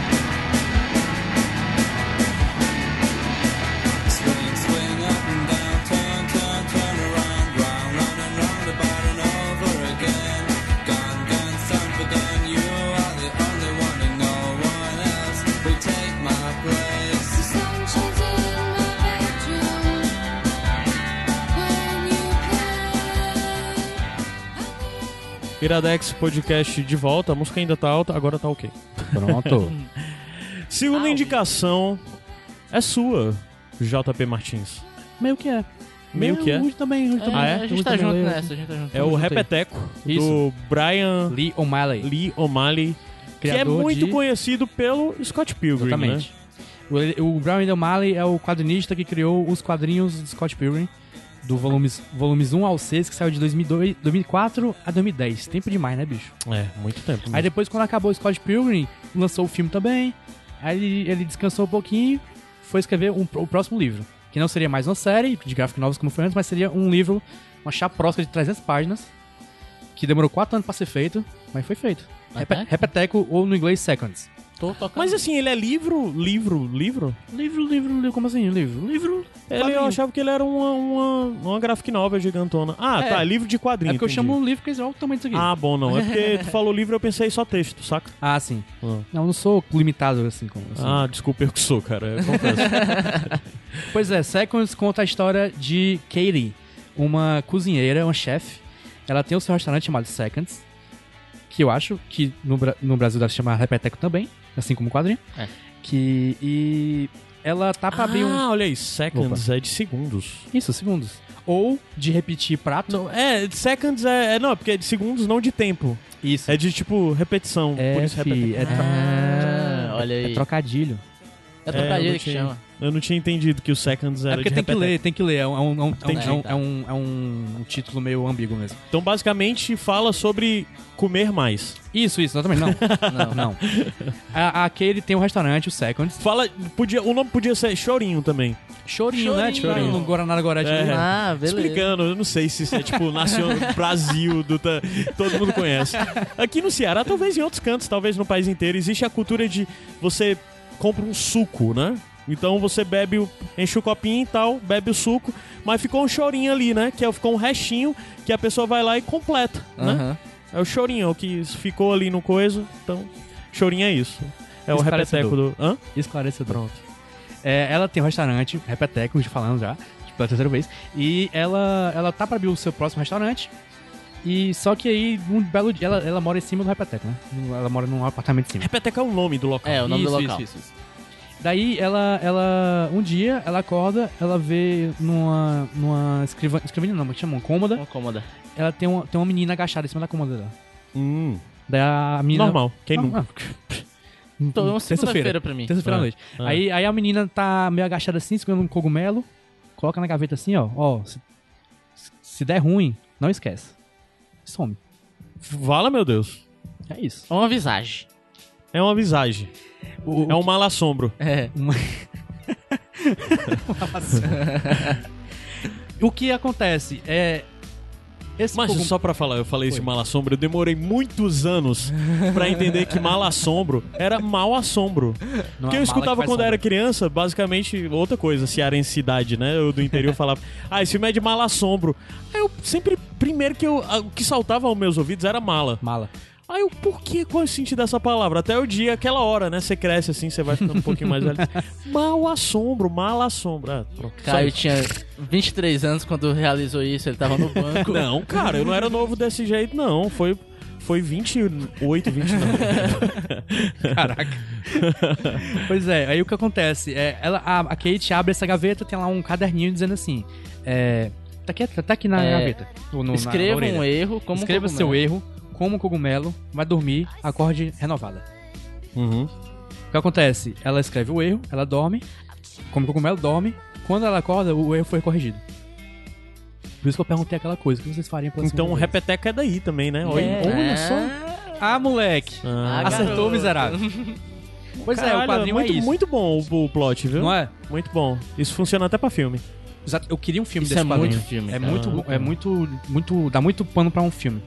Speaker 2: Iradex Podcast de volta. A música ainda tá alta, agora tá ok.
Speaker 4: Pronto.
Speaker 2: Segunda
Speaker 3: Au.
Speaker 2: indicação é sua, JP Martins.
Speaker 4: Meio que é.
Speaker 2: Meio que é.
Speaker 4: Muito também, muito também.
Speaker 2: é?
Speaker 3: A gente
Speaker 4: Muito
Speaker 3: tá
Speaker 4: também
Speaker 3: junto
Speaker 4: leio.
Speaker 3: nessa, a gente tá junto.
Speaker 2: É o
Speaker 4: Junto aí.
Speaker 2: Repeteco do
Speaker 4: Isso.
Speaker 2: Brian
Speaker 4: Lee O'Malley,
Speaker 2: Lee O'Malley, que é
Speaker 4: criador
Speaker 2: muito
Speaker 4: de...
Speaker 2: conhecido pelo Scott Pilgrim,
Speaker 4: Exatamente.
Speaker 2: né?
Speaker 4: O, o Brian Lee O'Malley é o quadrinista que criou os quadrinhos de Scott Pilgrim, do volumes, volumes 1 ao 6, que saiu de 2002, 2004 a 2010. Tempo demais, né, bicho?
Speaker 2: É, muito tempo.
Speaker 4: Aí
Speaker 2: mesmo.
Speaker 4: depois, quando acabou o Scott Pilgrim, lançou o filme também. Aí ele, ele descansou um pouquinho, foi escrever um- o próximo livro. Que não seria mais uma série de gráfico novos como foi antes, mas seria um livro, uma chaprosca de 300 páginas, que demorou 4 anos pra ser feito, mas tá? foi feito. Repe-
Speaker 3: Repeteco?
Speaker 4: Repeteco, ou no inglês, Seconds.
Speaker 3: Tô tocando.
Speaker 2: Mas assim, ele é livro, livro, livro?
Speaker 4: Livro, livro, livro, como assim? Livro, livro.
Speaker 2: Ele, eu
Speaker 4: Quadrinho.
Speaker 2: achava que ele era uma, uma, uma graphic novel gigantona. Ah,
Speaker 4: É.
Speaker 2: tá, livro de
Speaker 4: É
Speaker 2: quadrinho.
Speaker 4: porque eu
Speaker 2: entendi.
Speaker 4: chamo um livro, porque eles olha o tamanho disso aqui.
Speaker 2: Ah, bom, não. É porque tu falou livro, eu pensei só texto, saca?
Speaker 4: Ah, sim.
Speaker 2: Ah.
Speaker 4: Não, eu não sou limitado assim como. assim.
Speaker 2: Ah, desculpa, eu que sou, cara. Eu confesso.
Speaker 4: Pois é, Seconds conta a história de Katie, uma cozinheira, uma chefe. Ela tem o seu restaurante chamado Seconds, que eu acho que no, Bra- no Brasil deve se chamar Repeteco também, assim como o quadrinho.
Speaker 3: É.
Speaker 4: Que, e ela tá pra
Speaker 2: ah,
Speaker 4: abrir um.
Speaker 2: olha aí, seconds é de segundos.
Speaker 4: Isso, segundos. Ou de repetir prato.
Speaker 2: Não, é, seconds é, é- Não, porque é de segundos, não de tempo.
Speaker 4: Isso.
Speaker 2: É de tipo repetição. por isso
Speaker 4: fi,
Speaker 2: repetição.
Speaker 4: é, tro-
Speaker 3: Ah, olha
Speaker 4: é
Speaker 3: aí.
Speaker 4: trocadilho.
Speaker 3: É
Speaker 2: É, eu
Speaker 3: trocadilho
Speaker 2: não
Speaker 3: que
Speaker 2: tinha-
Speaker 3: chama.
Speaker 2: Eu não tinha entendido que o seconds
Speaker 4: É
Speaker 2: era
Speaker 4: porque
Speaker 2: de
Speaker 4: tem que
Speaker 2: repeteco.
Speaker 4: ler, tem que ler. É um, é um- é um-
Speaker 2: Entendi,
Speaker 4: é um-
Speaker 3: tá.
Speaker 4: é um- é um título meio ambíguo mesmo.
Speaker 2: Então, basicamente, fala sobre comer mais.
Speaker 4: Isso, isso, exatamente. Não, não. não. A, a Katie tem um restaurante, o Seconds.
Speaker 2: Fala. Podia, o nome podia ser Chorinho também.
Speaker 4: Chorinho, né?
Speaker 3: Chorinho.
Speaker 4: Tipo, no Guaraná Gorete.
Speaker 2: É.
Speaker 4: né?
Speaker 3: Ah, beleza.
Speaker 2: Explicando, eu não sei se isso é tipo nacional, Brasil, do, ta- todo mundo conhece. Aqui no Ceará, talvez em outros cantos, talvez no país inteiro, existe a cultura de você compra um suco, né? Então você bebe, o, enche o copinho e tal, bebe o suco, mas ficou um chorinho ali, né? Que é- ficou um restinho que a pessoa vai lá e completa, né?
Speaker 4: Aham.
Speaker 2: É o chorinho, é o que ficou ali no coisa. Então, chorinho é isso. É o repeteco
Speaker 4: Esclarecedor.
Speaker 2: do. Hã?
Speaker 4: Esclarecedor.
Speaker 2: Pronto.
Speaker 4: É, ela tem um restaurante, repeteco, já falando já, tipo, pela terceira vez. E ela, ela tá pra abrir o seu próximo restaurante. E só que aí, um belo dia, ela, ela mora em cima do repeteco, né? Ela mora num apartamento em cima.
Speaker 2: Repeteco é o nome do local.
Speaker 3: É, o nome
Speaker 4: Isso,
Speaker 3: do local.
Speaker 4: isso, isso, isso. Daí ela, ela. Um dia ela acorda, ela vê numa. numa escriva, escrivaninha não, mas que chama uma cômoda.
Speaker 3: Uma cômoda.
Speaker 4: Ela tem uma, tem uma menina agachada em cima da cômoda dela.
Speaker 2: Hum,
Speaker 4: Daí a menina.
Speaker 2: normal. Quem nunca?
Speaker 4: Normal.
Speaker 3: Então, é uma
Speaker 4: Terça-feira.
Speaker 3: segunda-feira pra mim.
Speaker 4: Terça-feira à
Speaker 2: É,
Speaker 4: noite.
Speaker 2: é.
Speaker 4: Aí, aí a menina tá meio agachada assim, segurando um cogumelo, coloca na gaveta assim, ó. Ó, se, se der ruim, não esquece. Some.
Speaker 2: Fala, meu Deus.
Speaker 4: É isso.
Speaker 3: É uma visagem.
Speaker 2: É uma visagem.
Speaker 4: O- o-
Speaker 2: É um mal assombro.
Speaker 3: É.
Speaker 4: Uma... o que acontece é. Esse
Speaker 2: Mas
Speaker 4: cogum-
Speaker 2: só pra falar, eu falei isso de
Speaker 4: Foi.
Speaker 2: mal assombro, eu demorei muitos anos pra entender que mal assombro era mal assombro.
Speaker 4: Não é
Speaker 2: Porque eu
Speaker 4: uma mala
Speaker 2: escutava
Speaker 4: que
Speaker 2: quando
Speaker 4: vai
Speaker 2: era
Speaker 4: sombra.
Speaker 2: criança, basicamente outra coisa, cearensidade, né? Eu do interior falava, ah, esse filme é de mal assombro. Aí eu sempre, primeiro que eu, o que saltava aos meus ouvidos era mala.
Speaker 4: Mala.
Speaker 2: Aí eu, por que? Qual é o sentido dessa palavra? Até o dia, aquela hora, né? Você cresce assim, você vai ficando um pouquinho mais velho. Mal assombro, mal assombro. Ah, pronto. Só
Speaker 3: Caio tinha 23 anos quando realizou isso, ele tava no banco.
Speaker 2: Não, cara, eu não era novo desse jeito, não. Foi, foi 28, 29.
Speaker 4: Caraca. pois é, aí o que acontece? É, ela, a, a Kate abre essa gaveta, tem lá um caderninho dizendo assim: é, tá, aqui, tá aqui na
Speaker 3: É,
Speaker 4: gaveta. ou no- na
Speaker 3: Escreva
Speaker 4: orelha.
Speaker 3: um erro como
Speaker 4: Escreva
Speaker 3: cogumelo.
Speaker 4: seu erro, coma um cogumelo, vai dormir, acorde renovada. Uhum. O que acontece? Ela escreve o erro, ela dorme, come cogumelo, dorme. Quando ela acorda, o erro foi corrigido. Por isso que eu perguntei aquela coisa, o que vocês fariam pela
Speaker 2: Então o
Speaker 4: segunda vez?
Speaker 2: repeteco é daí também, né? Olha,
Speaker 4: É.
Speaker 2: olha só.
Speaker 3: só.
Speaker 4: Ah, moleque!
Speaker 2: Ah,
Speaker 3: Ah,
Speaker 4: Acertou,
Speaker 3: garoto.
Speaker 4: miserável. Pois é, o
Speaker 2: caralho,
Speaker 4: quadrinho
Speaker 2: muito,
Speaker 4: é isso.
Speaker 2: muito bom o, o plot, viu?
Speaker 4: Não é?
Speaker 2: Muito bom. Isso funciona até pra filme.
Speaker 4: Exato, Eu queria um filme
Speaker 3: Isso
Speaker 4: desse
Speaker 3: é
Speaker 4: quadrinho.
Speaker 3: muito filme.
Speaker 4: É
Speaker 3: cara.
Speaker 4: muito,
Speaker 2: Ah,
Speaker 4: é
Speaker 2: cara.
Speaker 4: muito, muito, dá muito pano pra um filme.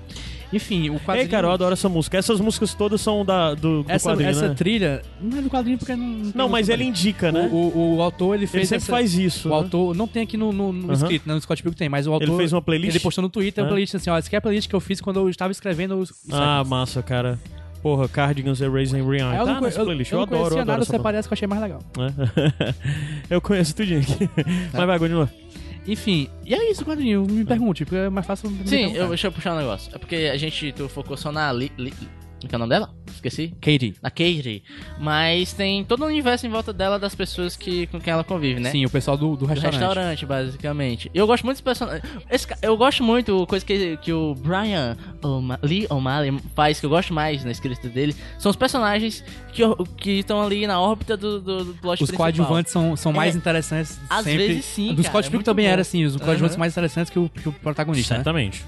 Speaker 4: Enfim, o quadrinho...
Speaker 2: Ei, cara, eu adoro essa música. Essas músicas todas são da, do, do
Speaker 4: essa,
Speaker 2: quadrinho,
Speaker 4: essa
Speaker 2: né?
Speaker 4: trilha não é do quadrinho porque não... tem
Speaker 2: Não,
Speaker 4: no
Speaker 2: mas ele
Speaker 4: quadrinho.
Speaker 2: indica, né?
Speaker 4: O, o, o autor, ele
Speaker 2: ele
Speaker 4: fez
Speaker 2: sempre
Speaker 4: essa-
Speaker 2: faz isso.
Speaker 4: O
Speaker 2: né?
Speaker 4: autor, não tem aqui no, no, no
Speaker 2: Aham.
Speaker 4: escrito, né? No Scott Pilgrim tem, mas o autor...
Speaker 2: Ele fez uma playlist?
Speaker 4: Ele postou no Twitter
Speaker 2: É.
Speaker 4: uma playlist assim, ó, essa aqui é a playlist que eu fiz quando eu estava escrevendo os... os
Speaker 2: Ah,
Speaker 4: sites."
Speaker 2: massa, cara. Porra, Cardigans, Erasing, Rewind.
Speaker 4: Aí
Speaker 2: Tá
Speaker 4: É, eu não, conhe-
Speaker 2: nessa
Speaker 4: eu,
Speaker 2: playlist. Eu,
Speaker 4: eu não
Speaker 2: adoro, eu
Speaker 4: conhecia
Speaker 2: adoro
Speaker 4: nada,
Speaker 2: essa
Speaker 4: separei essa que eu achei mais legal. Tá.
Speaker 2: né? eu conheço tudinho aqui. Mas vai, continua.
Speaker 4: Enfim, e é isso, quadrinho. Me pergunte, porque é mais fácil me
Speaker 3: Sim,
Speaker 4: perguntar.
Speaker 3: eu, deixa eu puxar um negócio. É porque a gente, tu focou só na Li... Li- como que é o nome dela? Esqueci.
Speaker 4: Katie.
Speaker 3: Na Katie. Mas tem todo um universo em volta dela das pessoas que, com quem ela convive, né?
Speaker 4: Sim, o pessoal do, do
Speaker 3: Do
Speaker 4: restaurante.
Speaker 3: restaurante, basicamente. Eu gosto muito dos personagens. Esse ca- Eu gosto muito, coisa que, que o Brian O'Ma- Lee O'Malley faz, que eu gosto mais na escrita dele, são os personagens que o- que estão ali na órbita do, do, do plot
Speaker 4: Os
Speaker 3: principal.
Speaker 4: coadjuvantes são, são mais
Speaker 3: É.
Speaker 4: interessantes
Speaker 3: Às
Speaker 4: sempre.
Speaker 3: vezes sim,
Speaker 4: Dos
Speaker 3: cara, é
Speaker 4: Cospicos
Speaker 3: muito
Speaker 4: também
Speaker 3: bom.
Speaker 4: era assim, os coadjuvantes
Speaker 3: Aham.
Speaker 4: mais interessantes que o, que o protagonista, né?
Speaker 2: Certamente.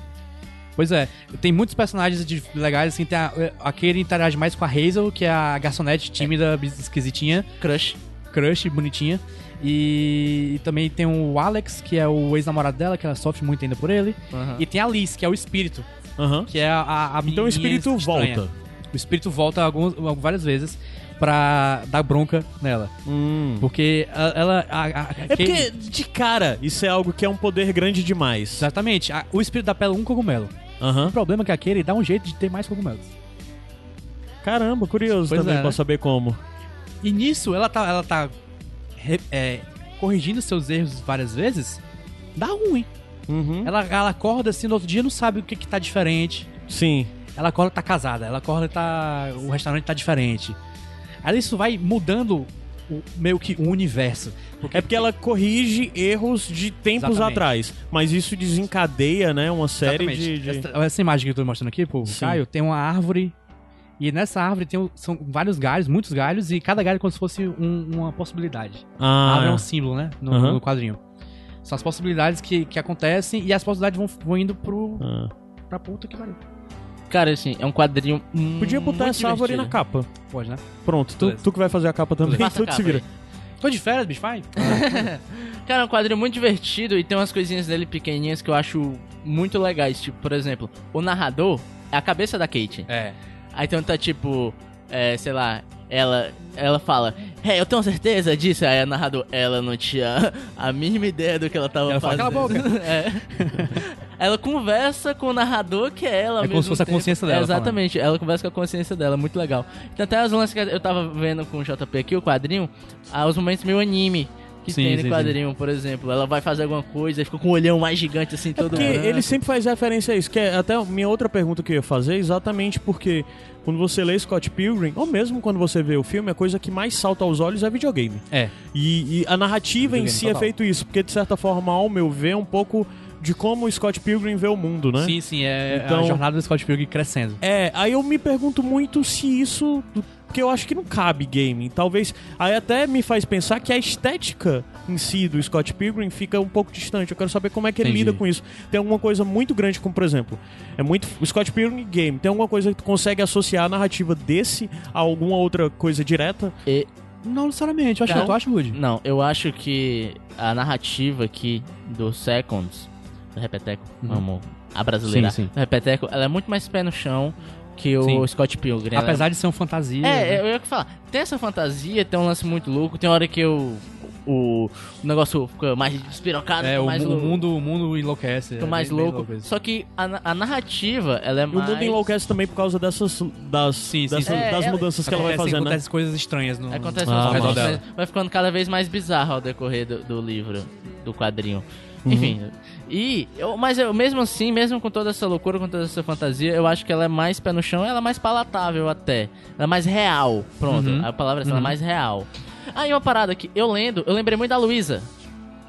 Speaker 4: Pois é, tem muitos personagens de- legais, assim, tem a, aquele interage mais com a Hazel, que é a garçonete
Speaker 3: É.
Speaker 4: tímida, bis- esquisitinha,
Speaker 3: Crush.
Speaker 4: crush, bonitinha. E, também tem o Alex, que é o ex-namorado dela, que ela sofre muito ainda por ele.
Speaker 3: Aham.
Speaker 4: E tem a Liz, que é o espírito,
Speaker 2: Aham.
Speaker 4: que é a, a, a
Speaker 2: Então o
Speaker 4: menininha
Speaker 2: espírito
Speaker 4: estranha.
Speaker 2: volta.
Speaker 4: O espírito volta algumas, várias vezes pra dar bronca nela.
Speaker 2: Hum.
Speaker 4: Porque a- ela... a- a-
Speaker 2: É porque, de cara, isso é algo que é um poder grande demais.
Speaker 4: Exatamente, a- o espírito da pele é um cogumelo.
Speaker 2: Aham.
Speaker 4: O problema é que aquele dá um jeito de ter mais cogumelos.
Speaker 2: Caramba, curioso
Speaker 4: Pois
Speaker 2: também
Speaker 4: é, né?
Speaker 2: pra saber como.
Speaker 4: E nisso, ela tá, ela tá re- é, corrigindo seus erros várias vezes. Dá ruim.
Speaker 2: Uhum.
Speaker 4: Ela, ela acorda assim no outro dia não sabe o que, que tá diferente.
Speaker 2: Sim.
Speaker 4: Ela acorda tá casada, ela acorda tá. O restaurante tá diferente. Aí isso vai mudando o- meio que o universo.
Speaker 2: É porque ela corrige erros de tempos
Speaker 4: Exatamente.
Speaker 2: atrás. Mas isso desencadeia, né? Uma série de.
Speaker 4: Exatamente.
Speaker 2: de-
Speaker 4: Essa, essa imagem que eu tô mostrando aqui, pô,
Speaker 2: Sim.
Speaker 4: Caio, tem uma árvore. E nessa árvore tem, um- são vários galhos, muitos galhos, e cada galho é como se fosse um- uma possibilidade. A árvore é
Speaker 2: Ah,
Speaker 4: um símbolo, né? No,
Speaker 2: Aham.
Speaker 4: no quadrinho. São as possibilidades que, que acontecem e as possibilidades vão, vão indo pro,
Speaker 2: ah.
Speaker 4: pra puta que pariu.
Speaker 3: Cara, assim, é um quadrinho.
Speaker 2: Podia botar essa árvore na capa.
Speaker 4: Pode, né?
Speaker 2: Pronto, tu,
Speaker 4: Hum, Beleza.
Speaker 2: tu que vai fazer a capa também,
Speaker 3: Faça
Speaker 2: tu
Speaker 3: a
Speaker 2: que se
Speaker 3: capa
Speaker 2: vira.
Speaker 4: Tô de férias, bicho, vai.
Speaker 3: Cara, é um quadrinho muito divertido e tem umas coisinhas dele pequenininhas que eu acho muito legais. Tipo, por exemplo, o narrador é a cabeça da Kate.
Speaker 4: É.
Speaker 3: Aí então tá tipo, é, sei lá, ela, ela fala, é, eu tenho certeza disso. Aí a narrador, ela não tinha a mínima ideia do que ela tava
Speaker 4: Ela fala,
Speaker 3: fazendo.
Speaker 4: "Cala a
Speaker 3: É. ela conversa com o narrador que é ela.
Speaker 4: É
Speaker 3: ao
Speaker 4: como
Speaker 3: mesmo
Speaker 4: se fosse a
Speaker 3: tempo.
Speaker 4: consciência dela
Speaker 3: Exatamente, ela conversa com a consciência dela, muito legal. Então até as lances que eu tava vendo com o JP aqui, o quadrinho, ah, os momentos meio anime. Que
Speaker 4: Sim,
Speaker 3: tem
Speaker 4: sim,
Speaker 3: no
Speaker 4: sim.
Speaker 3: quadrinho, por exemplo. Ela vai fazer alguma coisa e fica com o olhão mais gigante
Speaker 4: É
Speaker 3: assim todo
Speaker 2: É Porque
Speaker 3: branco.
Speaker 2: ele sempre faz referência a isso, que é até a minha outra pergunta que eu ia fazer, exatamente porque quando você lê Scott Pilgrim, ou mesmo quando você vê o filme, a coisa que mais salta aos olhos é videogame.
Speaker 4: É.
Speaker 2: E, e a narrativa em
Speaker 4: Videogame,
Speaker 2: si é
Speaker 4: total.
Speaker 2: feito isso, porque de certa forma, ao meu ver, é um pouco de como o Scott Pilgrim vê o mundo, né?
Speaker 4: Sim, sim, é
Speaker 2: Então-
Speaker 4: a jornada do Scott Pilgrim crescendo.
Speaker 2: É, aí eu me pergunto muito se isso. Porque eu acho que não cabe gaming. Talvez. Aí até me faz pensar que a estética em si do Scott Pilgrim fica um pouco distante. Eu quero saber como é que ele
Speaker 4: Entendi.
Speaker 2: lida com isso. Tem alguma coisa muito grande, como por exemplo, é muito. O Scott Pilgrim Game. Tem alguma coisa que tu consegue associar a narrativa desse a alguma outra coisa direta?
Speaker 4: Não necessariamente, eu acho
Speaker 3: Não.
Speaker 4: que tu acha, Woody.
Speaker 3: Não, eu acho que a narrativa aqui do Seconds, do Repeteco,
Speaker 4: Uhum.
Speaker 3: vamos abrasileirar,
Speaker 4: Sim, sim.
Speaker 3: do Repeteco, ela é muito mais pé no chão que o
Speaker 4: Sim.
Speaker 3: Scott Pilgrim. Ela-
Speaker 4: É. Apesar de ser uma fantasia.
Speaker 3: É,
Speaker 4: né?
Speaker 3: eu ia falar, tem essa fantasia, tem um lance muito louco, tem hora que eu, o, o negócio fica mais despirocado,
Speaker 4: É,
Speaker 3: fica
Speaker 4: o,
Speaker 3: mais
Speaker 4: mu- o
Speaker 3: louco.
Speaker 4: mundo, o mundo enlouquece.
Speaker 3: fica
Speaker 4: é
Speaker 3: mais
Speaker 4: bem- bem
Speaker 3: louco.
Speaker 4: isso.
Speaker 3: Só que a, na- a narrativa, ela é
Speaker 2: E o
Speaker 3: mais...
Speaker 2: mundo enlouquece também por causa dessas. Das,
Speaker 4: Sim, sim,
Speaker 2: dessas-
Speaker 4: sim.
Speaker 2: das
Speaker 3: É,
Speaker 2: mudanças que ela vai
Speaker 4: Acontecem-
Speaker 2: fazer, né?
Speaker 4: acontecem coisas estranhas no.
Speaker 3: Acontece
Speaker 2: Ah,
Speaker 3: umas
Speaker 2: mas-
Speaker 3: coisas, mas vai ficando cada vez mais bizarro ao decorrer do, do livro, do quadrinho.
Speaker 4: Uhum.
Speaker 3: Enfim. E, eu- mas eu, mesmo assim, mesmo com toda essa loucura, com toda essa fantasia, eu acho que ela é mais pé no chão, ela é mais palatável até. Ela é mais real. Pronto,
Speaker 4: Uhum.
Speaker 3: a palavra é essa, ela é mais real. Aí uma parada que eu lendo, eu lembrei muito da Luísa.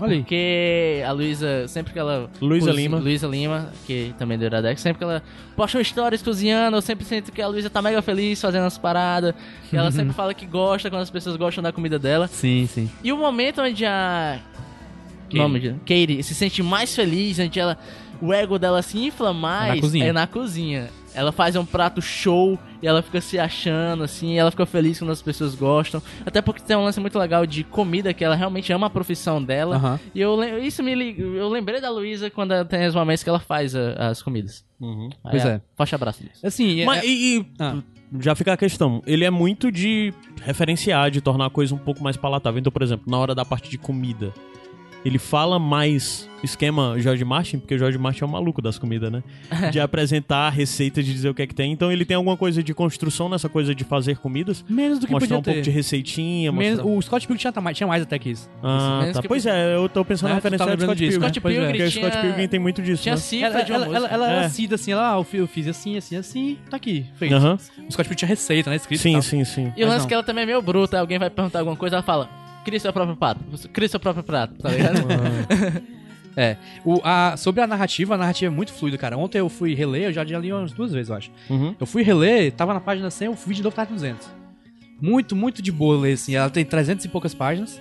Speaker 4: Olha aí.
Speaker 3: Porque a Luísa, sempre que ela.
Speaker 2: Luísa
Speaker 3: cozi-
Speaker 2: Lima.
Speaker 3: Luísa Lima, que também é do Iradex, sempre que ela posta histórias cozinhando, eu sempre sinto que a Luísa tá mega feliz fazendo as paradas. E ela sempre fala que gosta quando as pessoas gostam da comida dela.
Speaker 4: Sim, sim.
Speaker 3: E o momento onde a.
Speaker 4: Katie.
Speaker 3: Nome de... Katie se sente mais feliz, onde ela. O ego dela se infla mais
Speaker 4: cozinha.
Speaker 3: é na cozinha. Ela faz um prato show e ela fica se achando, assim, ela fica feliz quando as pessoas gostam. Até porque tem um lance muito legal de comida, que ela realmente ama a profissão dela.
Speaker 4: Aham.
Speaker 3: E eu, lem- isso me li- eu lembrei da Luísa quando ela tem os momentos que ela faz a- as comidas.
Speaker 2: Uhum.
Speaker 3: Aí
Speaker 4: Pois
Speaker 3: ela-
Speaker 4: é.
Speaker 3: Forte abraço, Luísa.
Speaker 4: Assim, é-
Speaker 2: Mas,
Speaker 4: é-
Speaker 2: e, e-
Speaker 4: Ah.
Speaker 2: já fica a questão. Ele é muito de referenciar, de tornar a coisa um pouco mais palatável. Então, por exemplo, na hora da parte de comida. ele fala mais esquema George Martin, porque o George Martin é o maluco das comidas, né? De apresentar a receita, de dizer o que é que tem. Então ele tem alguma coisa de construção nessa coisa de fazer comidas.
Speaker 4: Menos do que
Speaker 2: mostrar
Speaker 4: podia
Speaker 2: um
Speaker 4: ter.
Speaker 2: pouco de receitinha,
Speaker 4: Menos-
Speaker 2: mostrar...
Speaker 4: o Scott Pilgrim tinha, ta- tinha mais até que isso.
Speaker 2: Ah,
Speaker 3: menos
Speaker 2: tá.
Speaker 3: que-
Speaker 2: Pois é, eu tô pensando
Speaker 4: É,
Speaker 2: na
Speaker 4: tu tá
Speaker 2: referência de
Speaker 4: lembrando
Speaker 2: Scott Pilgrim.
Speaker 3: Scott
Speaker 4: disso. Né? Pois é.
Speaker 2: Porque
Speaker 3: Pilgrim
Speaker 2: o Scott
Speaker 3: tinha-
Speaker 2: Pilgrim tem muito disso,
Speaker 3: Tinha
Speaker 2: né?
Speaker 3: cifra
Speaker 4: Ela,
Speaker 3: de uma
Speaker 4: ela, ela,
Speaker 3: música.
Speaker 4: ela
Speaker 2: É.
Speaker 4: era cida assim, ela, ah, eu fi- eu fiz assim, assim, assim, tá aqui, feito.
Speaker 2: Aham.
Speaker 4: O Scott Pilgrim tinha receita, né, escrito e
Speaker 2: Sim,
Speaker 4: tal.
Speaker 2: sim, sim.
Speaker 3: E o
Speaker 4: Mas
Speaker 3: lance
Speaker 4: não.
Speaker 3: que ela também é meio bruta, alguém vai perguntar alguma coisa, ela fala, cria seu próprio prato, você cria seu próprio prato, tá ligado?
Speaker 4: É. O- a- sobre a narrativa, a narrativa é muito fluida, cara. Ontem eu fui reler, eu já já li umas duas vezes, eu acho.
Speaker 2: Uhum.
Speaker 4: Eu fui reler, tava na página 100, eu fui de novo, tava na 200. Muito, muito de boa ler, assim. Ela tem 300 e poucas páginas.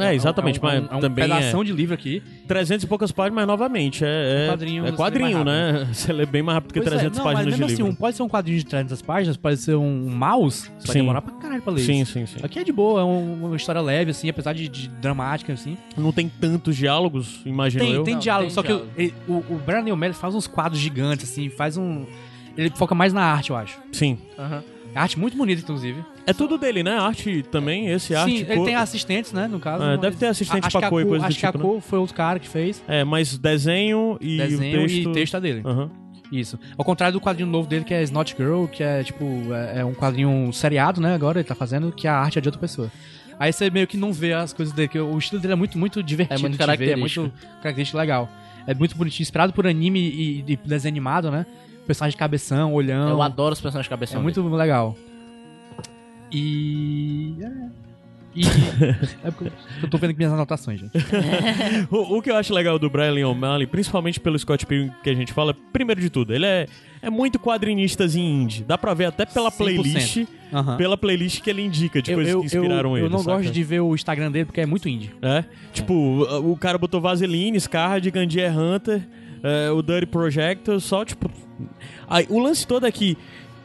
Speaker 2: É, exatamente,
Speaker 4: É um- é um-
Speaker 2: mas
Speaker 4: é um
Speaker 2: também
Speaker 4: pedação de livro aqui.
Speaker 2: é 300 e poucas páginas, mas novamente, é, é
Speaker 4: Um quadrinho,
Speaker 2: é
Speaker 4: você lê
Speaker 2: quadrinho,
Speaker 4: mais rápido.
Speaker 2: né? Você lê bem mais rápido que
Speaker 4: Pois é,
Speaker 2: 300
Speaker 4: não, mas
Speaker 2: páginas de
Speaker 4: mesmo assim,
Speaker 2: livro.
Speaker 4: um- pode ser um quadrinho de 300 páginas, pode ser um mouse, você vai
Speaker 2: Sim.
Speaker 4: demorar pra caralho pra ler
Speaker 2: Sim,
Speaker 4: isso.
Speaker 2: sim, sim.
Speaker 4: Aqui é de boa, é um- uma história leve, assim, apesar de, de dramática, assim.
Speaker 2: Não tem tantos diálogos, imagino
Speaker 4: Tem,
Speaker 2: eu.
Speaker 4: tem
Speaker 3: Não,
Speaker 4: diálogo,
Speaker 3: tem
Speaker 4: só que
Speaker 3: diálogo.
Speaker 4: ele- o, o Brian Neil O'Malley faz uns quadros gigantes, assim, faz um... Ele foca mais na arte, eu acho.
Speaker 2: Sim.
Speaker 3: Aham.
Speaker 4: A arte muito bonita, inclusive.
Speaker 2: É tudo dele, né? Arte também, esse arte.
Speaker 4: Sim, ele
Speaker 2: cor-
Speaker 4: tem assistentes, né, no caso.
Speaker 2: É,
Speaker 4: mas-
Speaker 2: deve ter assistente
Speaker 4: A- acho
Speaker 2: pra
Speaker 4: que a
Speaker 2: cor e
Speaker 4: cor-
Speaker 2: coisa do
Speaker 4: Acho que a
Speaker 2: tipo, né?
Speaker 4: cor foi outro cara que fez.
Speaker 2: É, mas desenho e
Speaker 4: desenho
Speaker 2: o texto.
Speaker 4: e texto é dele.
Speaker 2: Aham.
Speaker 4: Isso. Ao contrário do quadrinho novo dele, que é Snot Girl, que é tipo, é, é um quadrinho seriado, né? Agora ele tá fazendo, que a arte é de outra pessoa. Aí você meio que não vê as coisas dele, que o estilo dele é muito, muito divertido.
Speaker 3: É muito
Speaker 4: de ver,
Speaker 3: característico.
Speaker 4: é muito característico legal. É muito bonitinho, inspirado por anime e, e desenho animado, né? Personagem de cabeção, olhão.
Speaker 3: Eu adoro os personagens de cabeção
Speaker 4: É muito legal. E. É. E. é porque eu tô vendo aqui minhas anotações, gente.
Speaker 2: O, o que eu acho legal do Brian Lee O'Malley, principalmente pelo Scott Pilgrim que a gente fala, primeiro de tudo, ele é, é muito quadrinistazinho indie. Dá pra ver até pela
Speaker 4: 100%.
Speaker 2: playlist,
Speaker 4: Aham.
Speaker 2: pela playlist que ele indica de coisas Tipo, que inspiraram
Speaker 4: eu,
Speaker 2: ele.
Speaker 4: Eu não
Speaker 2: saca?
Speaker 4: gosto de ver o Instagram dele porque é muito indie.
Speaker 2: É? Tipo, o- o cara botou Vaseline, Scarred, Gandier Hunter, é, o Dirty Projector, só tipo. Aí, o lance todo é que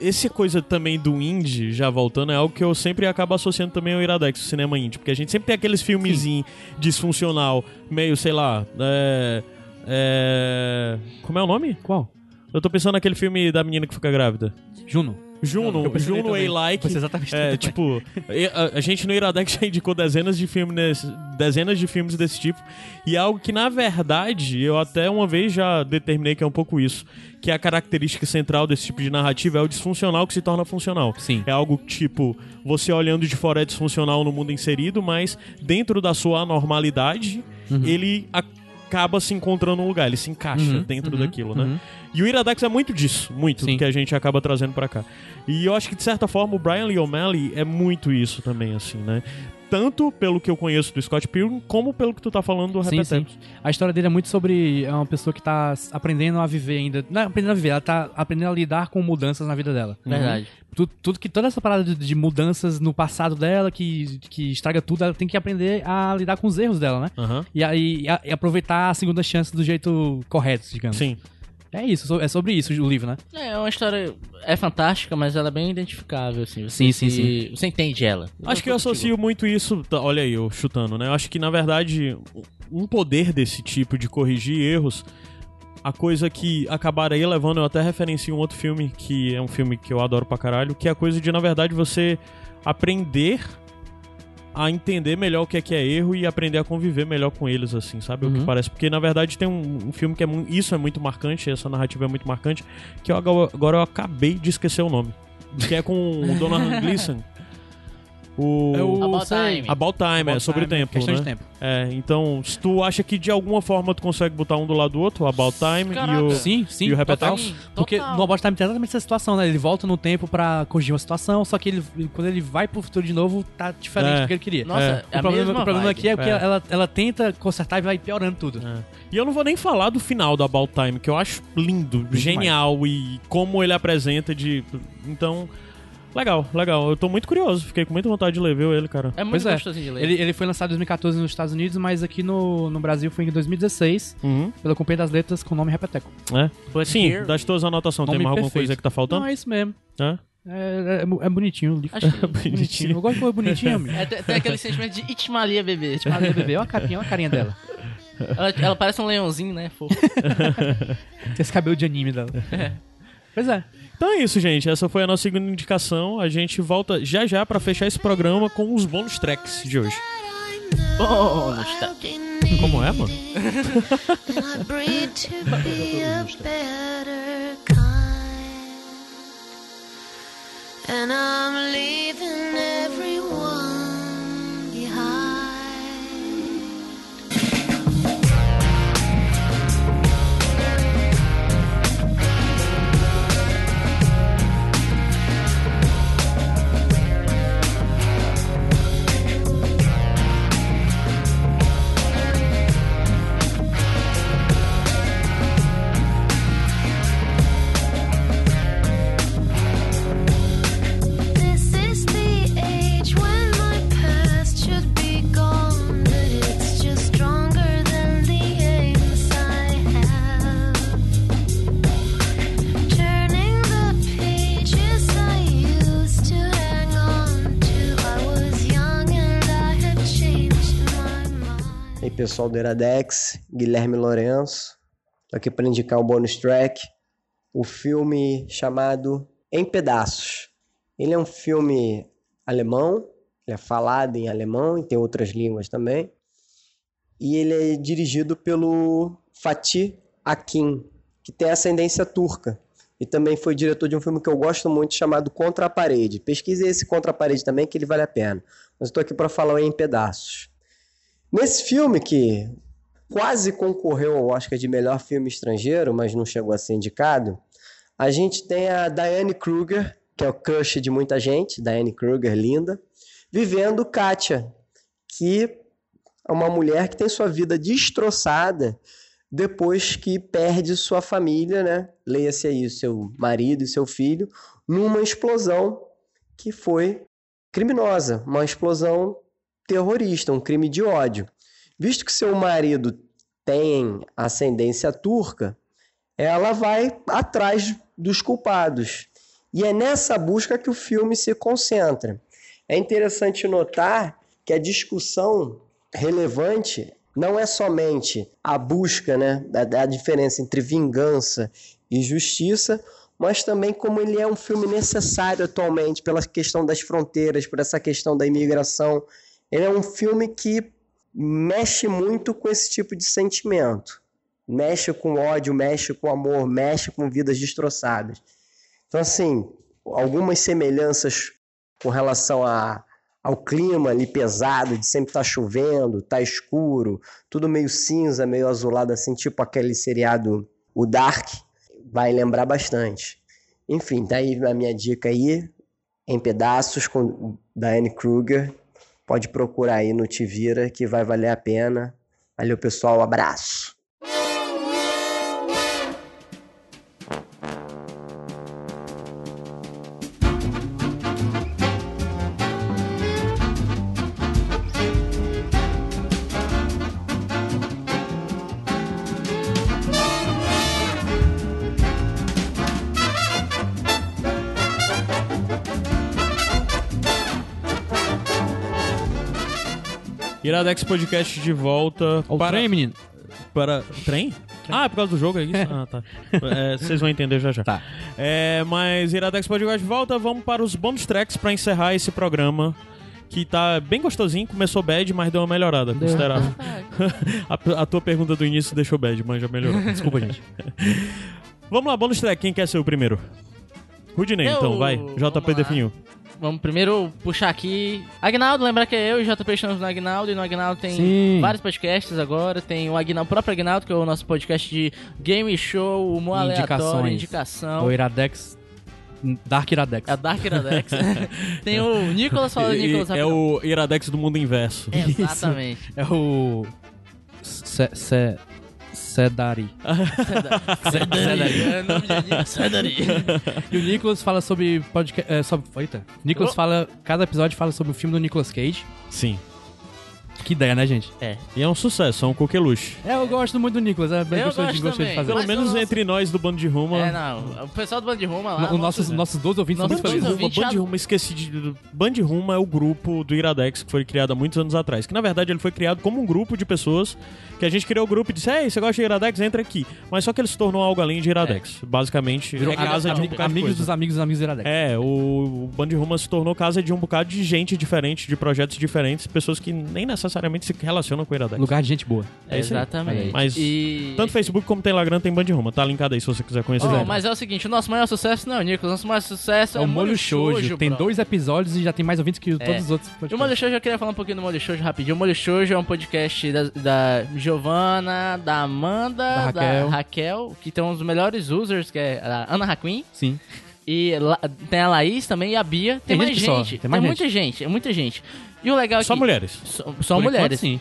Speaker 2: essa coisa também do indie, já voltando, é algo que eu sempre acabo associando também ao Iradex, o cinema indie. Porque a gente sempre tem aqueles filmezinhos disfuncional, meio, sei lá. É, é, como é o nome?
Speaker 4: Qual?
Speaker 2: Eu tô pensando naquele filme da menina que fica grávida.
Speaker 4: Juno.
Speaker 2: Juno,
Speaker 4: Eu pensei
Speaker 2: Juno
Speaker 4: também.
Speaker 2: A Like.
Speaker 4: Pensei exatamente
Speaker 2: É,
Speaker 4: também.
Speaker 2: tipo, e- a, a gente no Iradex já indicou dezenas de filmes nesse- dezenas de filmes desse tipo. E é algo que, na verdade, eu até uma vez já determinei que é um pouco isso. Que a característica central desse tipo de narrativa é o disfuncional que se torna funcional.
Speaker 4: Sim.
Speaker 2: É algo tipo, você olhando de fora é disfuncional no mundo inserido, mas dentro da sua anormalidade, ele acaba se encontrando um lugar, ele se encaixa
Speaker 4: Uhum,
Speaker 2: dentro
Speaker 4: uhum,
Speaker 2: daquilo, né?
Speaker 4: uhum.
Speaker 2: E o Iradex é muito disso, muito
Speaker 4: Sim.
Speaker 2: do que a gente acaba trazendo pra cá. E eu acho que de certa forma o Brian Lee O'Malley é muito isso também assim, né? Tanto pelo que eu conheço do Scott Pilgrim, como pelo que tu tá falando do
Speaker 4: Sim,
Speaker 2: Repetemos.
Speaker 4: A história dele é muito sobre é uma pessoa que tá s- aprendendo a viver ainda. Não, é aprendendo a viver, ela tá aprendendo a lidar com mudanças na vida dela. Uhum.
Speaker 3: Verdade.
Speaker 4: Tu- Tudo, que toda essa parada de, de mudanças no passado dela, que, que estraga tudo, ela tem que aprender a lidar com os erros dela, né?
Speaker 2: Aham.
Speaker 4: E aí e a- e aproveitar a segunda chance do jeito correto, digamos.
Speaker 2: Sim.
Speaker 4: É isso, so- é sobre isso o livro, né?
Speaker 3: É uma história. É fantástica, mas ela é bem identificável, assim. Você
Speaker 4: Sim, sim,
Speaker 3: se- Você entende ela.
Speaker 2: Acho que eu associo muito isso. tá, Olha aí, eu chutando, né? Eu acho que, na verdade, um poder desse tipo de corrigir erros. A coisa que acabaram aí levando, eu até referencio um outro filme, que é um filme que eu adoro pra caralho, que é a coisa de, na verdade, você aprender a entender melhor o que é que é erro e aprender a conviver melhor com eles, assim, sabe? O que
Speaker 4: Uhum.
Speaker 2: parece. Porque, na verdade, tem um, um filme que é mu- isso é muito marcante, essa narrativa é muito marcante, que eu agora, agora eu acabei de esquecer o nome. Que é com o Donald Gleason. O...
Speaker 4: É o-
Speaker 3: About
Speaker 4: sei.
Speaker 3: Time.
Speaker 2: About Time, é,
Speaker 4: About
Speaker 2: sobre o
Speaker 4: time,
Speaker 2: tempo,
Speaker 4: Questão
Speaker 2: né?
Speaker 4: de tempo.
Speaker 2: É, então, se tu acha que de alguma forma tu consegue botar um do lado do outro, o About Time e o...
Speaker 3: Caraca.
Speaker 4: Sim, sim.
Speaker 2: E o
Speaker 4: total.
Speaker 2: Repetal?
Speaker 4: Porque
Speaker 3: Total.
Speaker 4: no About Time tem exatamente essa situação, né? Ele volta no tempo pra corrigir uma situação, só que ele, quando ele vai pro futuro de novo, tá diferente
Speaker 2: É.
Speaker 4: do que ele queria.
Speaker 3: Nossa, é,
Speaker 4: o
Speaker 3: a
Speaker 4: problema,
Speaker 3: mesma
Speaker 4: o problema
Speaker 3: vibe.
Speaker 4: aqui é
Speaker 2: É.
Speaker 4: que Ela, ela tenta consertar e vai piorando tudo.
Speaker 2: É. E eu não vou nem falar do final do About Time, que eu acho lindo, genial e como ele apresenta de... Então, legal, legal. Eu tô muito curioso, fiquei com muita vontade de ler viu, ele, cara.
Speaker 3: É muito
Speaker 4: Pois é.
Speaker 3: gostosinho de ler.
Speaker 4: Ele, ele foi lançado em 2014 nos Estados Unidos, mas aqui no, no Brasil foi em 2016,
Speaker 2: Uhum.
Speaker 4: pela Companhia das Letras com o nome Repeteco.
Speaker 2: É. Sim,
Speaker 3: here-
Speaker 2: das tuas anotações, tem
Speaker 4: Nome
Speaker 2: mais alguma
Speaker 4: perfeito.
Speaker 2: coisa que tá faltando?
Speaker 4: Não, é isso mesmo.
Speaker 2: É?
Speaker 4: É, é- é bonitinho o livro.
Speaker 3: Acho que...
Speaker 4: Bonitinho. Eu gosto de coisa bonitinha, amigo.
Speaker 3: É, tem, tem aquele sentimento de Itmaria bebê. Tipo,
Speaker 4: Ah, meu bebê, olha a capinha, olha a carinha dela.
Speaker 3: ela, ela parece um leãozinho, né? Fofo.
Speaker 4: Tem esse cabelo de anime dela. Pois é.
Speaker 2: Então é isso, gente. Essa foi a nossa segunda indicação. A gente volta já já pra fechar esse programa com os bônus tracks de hoje.
Speaker 5: that I
Speaker 3: Bônus track.
Speaker 2: Como é, mano?
Speaker 5: And I breed to be a better kind. And I'm leaving everyone behind. This is the age when my past should be gone, but it's just stronger than the aims I have. Turning the pages I used to hang on to, I was young and I had changed my mind.
Speaker 6: E aí, pessoal do Iradex, Guilherme Lourenço. Tô aqui para indicar um bonus track, o filme chamado Em Pedaços. Ele é um filme alemão, ele é falado em alemão e tem outras línguas também. E ele é dirigido pelo Fatih Akin, que tem ascendência turca. E também foi diretor de um filme que eu gosto muito chamado Contra a Parede. Pesquise esse Contra a Parede também, que ele vale a pena. Mas eu tô aqui para falar o em pedaços. Nesse filme que quase concorreu ao Oscar de melhor filme estrangeiro, mas não chegou a ser indicado, a gente tem a Diane Kruger, que é o crush de muita gente, Diane Kruger, linda, vivendo Katia, que é uma mulher que tem sua vida destroçada depois que perde sua família, né? Leia-se aí o seu marido e seu filho, numa explosão que foi criminosa, uma explosão terrorista, um crime de ódio. Visto que seu marido tem ascendência turca, ela vai atrás dos culpados. E é nessa busca que o filme se concentra. É interessante notar que a discussão relevante não é somente a busca, né, da, da diferença entre vingança e justiça, mas também como ele é um filme necessário atualmente pela questão das fronteiras, por essa questão da imigração. Ele é um filme que mexe muito com esse tipo de sentimento. Mexe com ódio, mexe com amor, mexe com vidas destroçadas. Então, assim, algumas semelhanças com relação a, ao clima ali pesado, de sempre estar chovendo, tá escuro, tudo meio cinza, meio azulado, assim, tipo aquele seriado O Dark, vai lembrar bastante. Enfim, tá aí a minha dica aí, em pedaços, com Diane Kruger. Pode procurar aí no Tivira, que vai valer a pena. Valeu, pessoal, abraço.
Speaker 2: Iradex Podcast de volta.
Speaker 4: Ou trem, menino.
Speaker 2: Para... Trem? Ah, é por causa do jogo, é isso? ah, tá. É, Vocês vão entender já já.
Speaker 4: Tá.
Speaker 2: É, mas Iradex Podcast de volta, vamos para os bônus tracks para encerrar esse programa. Que tá bem gostosinho, começou bad, mas deu uma melhorada, considerável. a, a tua pergunta do início deixou bad, mas já melhorou. Desculpa, gente. vamos lá, bônus track, quem quer ser o primeiro? Rudinei,
Speaker 3: Eu-
Speaker 2: então, vai.
Speaker 3: vamos
Speaker 2: JP
Speaker 3: lá.
Speaker 2: definiu.
Speaker 3: Vamos primeiro puxar aqui. Agnaldo, lembrar que é eu e o JP estamos no Agnaldo, e no Agnaldo tem
Speaker 4: Sim.
Speaker 3: vários podcasts agora. Tem o, Agnaldo, o próprio Agnaldo, que é o nosso podcast de game show, humor aleatório,
Speaker 4: Indicações.
Speaker 3: indicação.
Speaker 4: O Iradex. Dark Iradex.
Speaker 3: É o Dark Iradex. tem o Nicolas falando
Speaker 2: E-
Speaker 3: Nicolas É.
Speaker 2: é
Speaker 3: rapidão.
Speaker 2: o Iradex do mundo inverso.
Speaker 3: Exatamente.
Speaker 4: É o. Se, se, Sedari.
Speaker 3: Sedari. É o nome de anime, Sedari.
Speaker 4: E o Nicolas fala sobre podcast. É, sobre, eita. Nicolas
Speaker 3: Oh.
Speaker 4: fala. Cada episódio fala sobre o filme do Nicolas Cage.
Speaker 2: Sim.
Speaker 4: Que ideia, né, gente?
Speaker 3: É.
Speaker 2: E é um sucesso, é um coqueluche.
Speaker 4: É, eu gosto muito do Nicolas. É bem
Speaker 3: Eu
Speaker 4: gostoso de
Speaker 3: gosto
Speaker 4: gostei de
Speaker 3: também.
Speaker 4: fazer.
Speaker 2: Pelo
Speaker 3: Mas
Speaker 2: menos
Speaker 3: o nosso-
Speaker 2: entre nós do Bando de Roma.
Speaker 3: É, não. O pessoal do Bando de Roma lá. né?
Speaker 4: No- os nossos, nossos dois ouvintes
Speaker 3: Nossos
Speaker 4: são
Speaker 2: Band
Speaker 3: dois
Speaker 4: muito felizes.
Speaker 2: Ruma,
Speaker 3: ouvintes
Speaker 2: Band
Speaker 3: já-
Speaker 2: Ruma, esqueci de. Band Ruma é o grupo do Iradex que foi criado há muitos anos atrás. Que na verdade ele foi criado como um grupo de pessoas que a gente criou o grupo e disse: Ei, você gosta de Iradex? Entra aqui. Mas só que ele se tornou algo além de Iradex. Basicamente, é
Speaker 3: Virou
Speaker 2: casa de um
Speaker 3: amigos
Speaker 2: bocado de
Speaker 4: amigos
Speaker 2: coisa.
Speaker 4: dos amigos dos amigos do Iradex.
Speaker 2: É, o, Band Ruma se tornou casa de um bocado de gente diferente, de projetos diferentes, pessoas que nem necessariamente se relacionam com o Iradex.
Speaker 4: Lugar de gente boa.
Speaker 2: É isso aí.
Speaker 3: Exatamente.
Speaker 2: Mas
Speaker 3: E-
Speaker 2: tanto Facebook como Telegram tem Band Ruma. Tá linkado aí se você quiser conhecer.
Speaker 3: Oh, mas é o seguinte, o nosso maior sucesso não é o Nicolas, o nosso maior sucesso
Speaker 4: É
Speaker 3: é,
Speaker 4: o Molho Shoujo. Tem
Speaker 3: bro. É.
Speaker 4: dois episódios e já tem mais ouvintes que todos os outros.
Speaker 3: E o Molho Shoujo, eu queria falar um pouquinho do Molho Shoujo rapidinho. O Molho Shoujo é um podcast da, da Giovana, da Amanda,
Speaker 4: Da
Speaker 3: da Raquel.
Speaker 4: Raquel.
Speaker 3: que tem um dos melhores users, que é a Ana Raquin.
Speaker 4: Sim.
Speaker 3: E la- tem a Laís também e a Bia. Tem,
Speaker 4: Tem
Speaker 3: mais
Speaker 4: gente
Speaker 3: gente.
Speaker 4: só, tem mais
Speaker 3: muita gente, é muita gente. E o legal é
Speaker 2: Só
Speaker 3: que...
Speaker 2: mulheres.
Speaker 3: Só, só
Speaker 4: Por enquanto,
Speaker 3: mulheres.
Speaker 4: sim.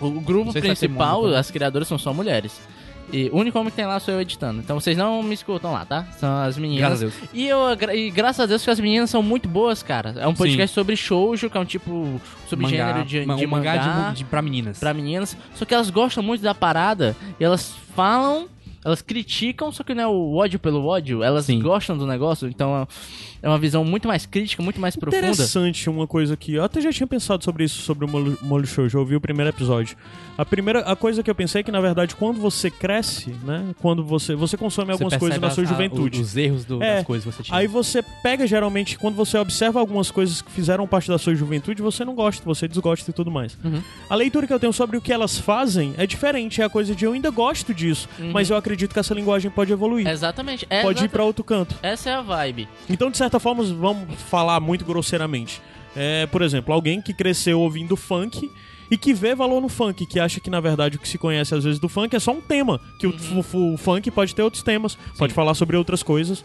Speaker 3: O
Speaker 4: Não
Speaker 3: grupo
Speaker 4: sei se vai ter
Speaker 3: principal,
Speaker 4: mono, né?
Speaker 3: as criadoras são só mulheres. E o único homem que tem lá sou eu editando. Então vocês não me escutam lá, tá? São as meninas.
Speaker 4: Graças a Deus.
Speaker 3: E, eu, gra- e graças a Deus que as meninas são muito boas, cara. É um podcast sobre shoujo, que é um tipo subgênero de,
Speaker 4: ma-
Speaker 3: de
Speaker 4: um
Speaker 3: mangá,
Speaker 4: mangá de, de, pra meninas.
Speaker 3: pra meninas. Só que elas gostam muito da parada e elas falam, elas criticam, só que não é o ódio pelo ódio. Elas
Speaker 4: Sim.
Speaker 3: gostam do negócio, então é uma visão muito mais crítica, muito mais profunda.
Speaker 2: Interessante uma coisa que eu até já tinha pensado sobre isso, sobre o Molho Molho Shoujo, eu ouvi o primeiro episódio. A primeira a coisa que eu pensei é que, na verdade, quando você cresce, né, quando você, você consome
Speaker 4: Você
Speaker 2: algumas
Speaker 4: percebe
Speaker 2: coisas na
Speaker 4: as-
Speaker 2: sua
Speaker 4: a-
Speaker 2: juventude.
Speaker 4: Os erros do-
Speaker 2: É,
Speaker 4: das coisas que você tinha.
Speaker 2: Aí você pega geralmente, quando você observa algumas coisas que fizeram parte da sua juventude, você não gosta, você desgosta e tudo mais.
Speaker 4: Uhum.
Speaker 2: A leitura que eu tenho sobre o que elas fazem é diferente, é a coisa de eu ainda gosto disso,
Speaker 4: Uhum.
Speaker 2: mas eu acredito que essa linguagem pode evoluir.
Speaker 3: Exatamente. É
Speaker 2: Pode ir
Speaker 3: exata-
Speaker 2: pra outro canto.
Speaker 3: Essa é a vibe.
Speaker 2: Então, de certa forma, vamos falar muito grosseiramente. É, por exemplo, alguém que cresceu ouvindo funk e que vê valor no funk, que acha que na verdade o que se conhece às vezes do funk é só um tema, que
Speaker 3: Uhum.
Speaker 2: o, f- o funk pode ter outros temas, pode falar sobre outras coisas.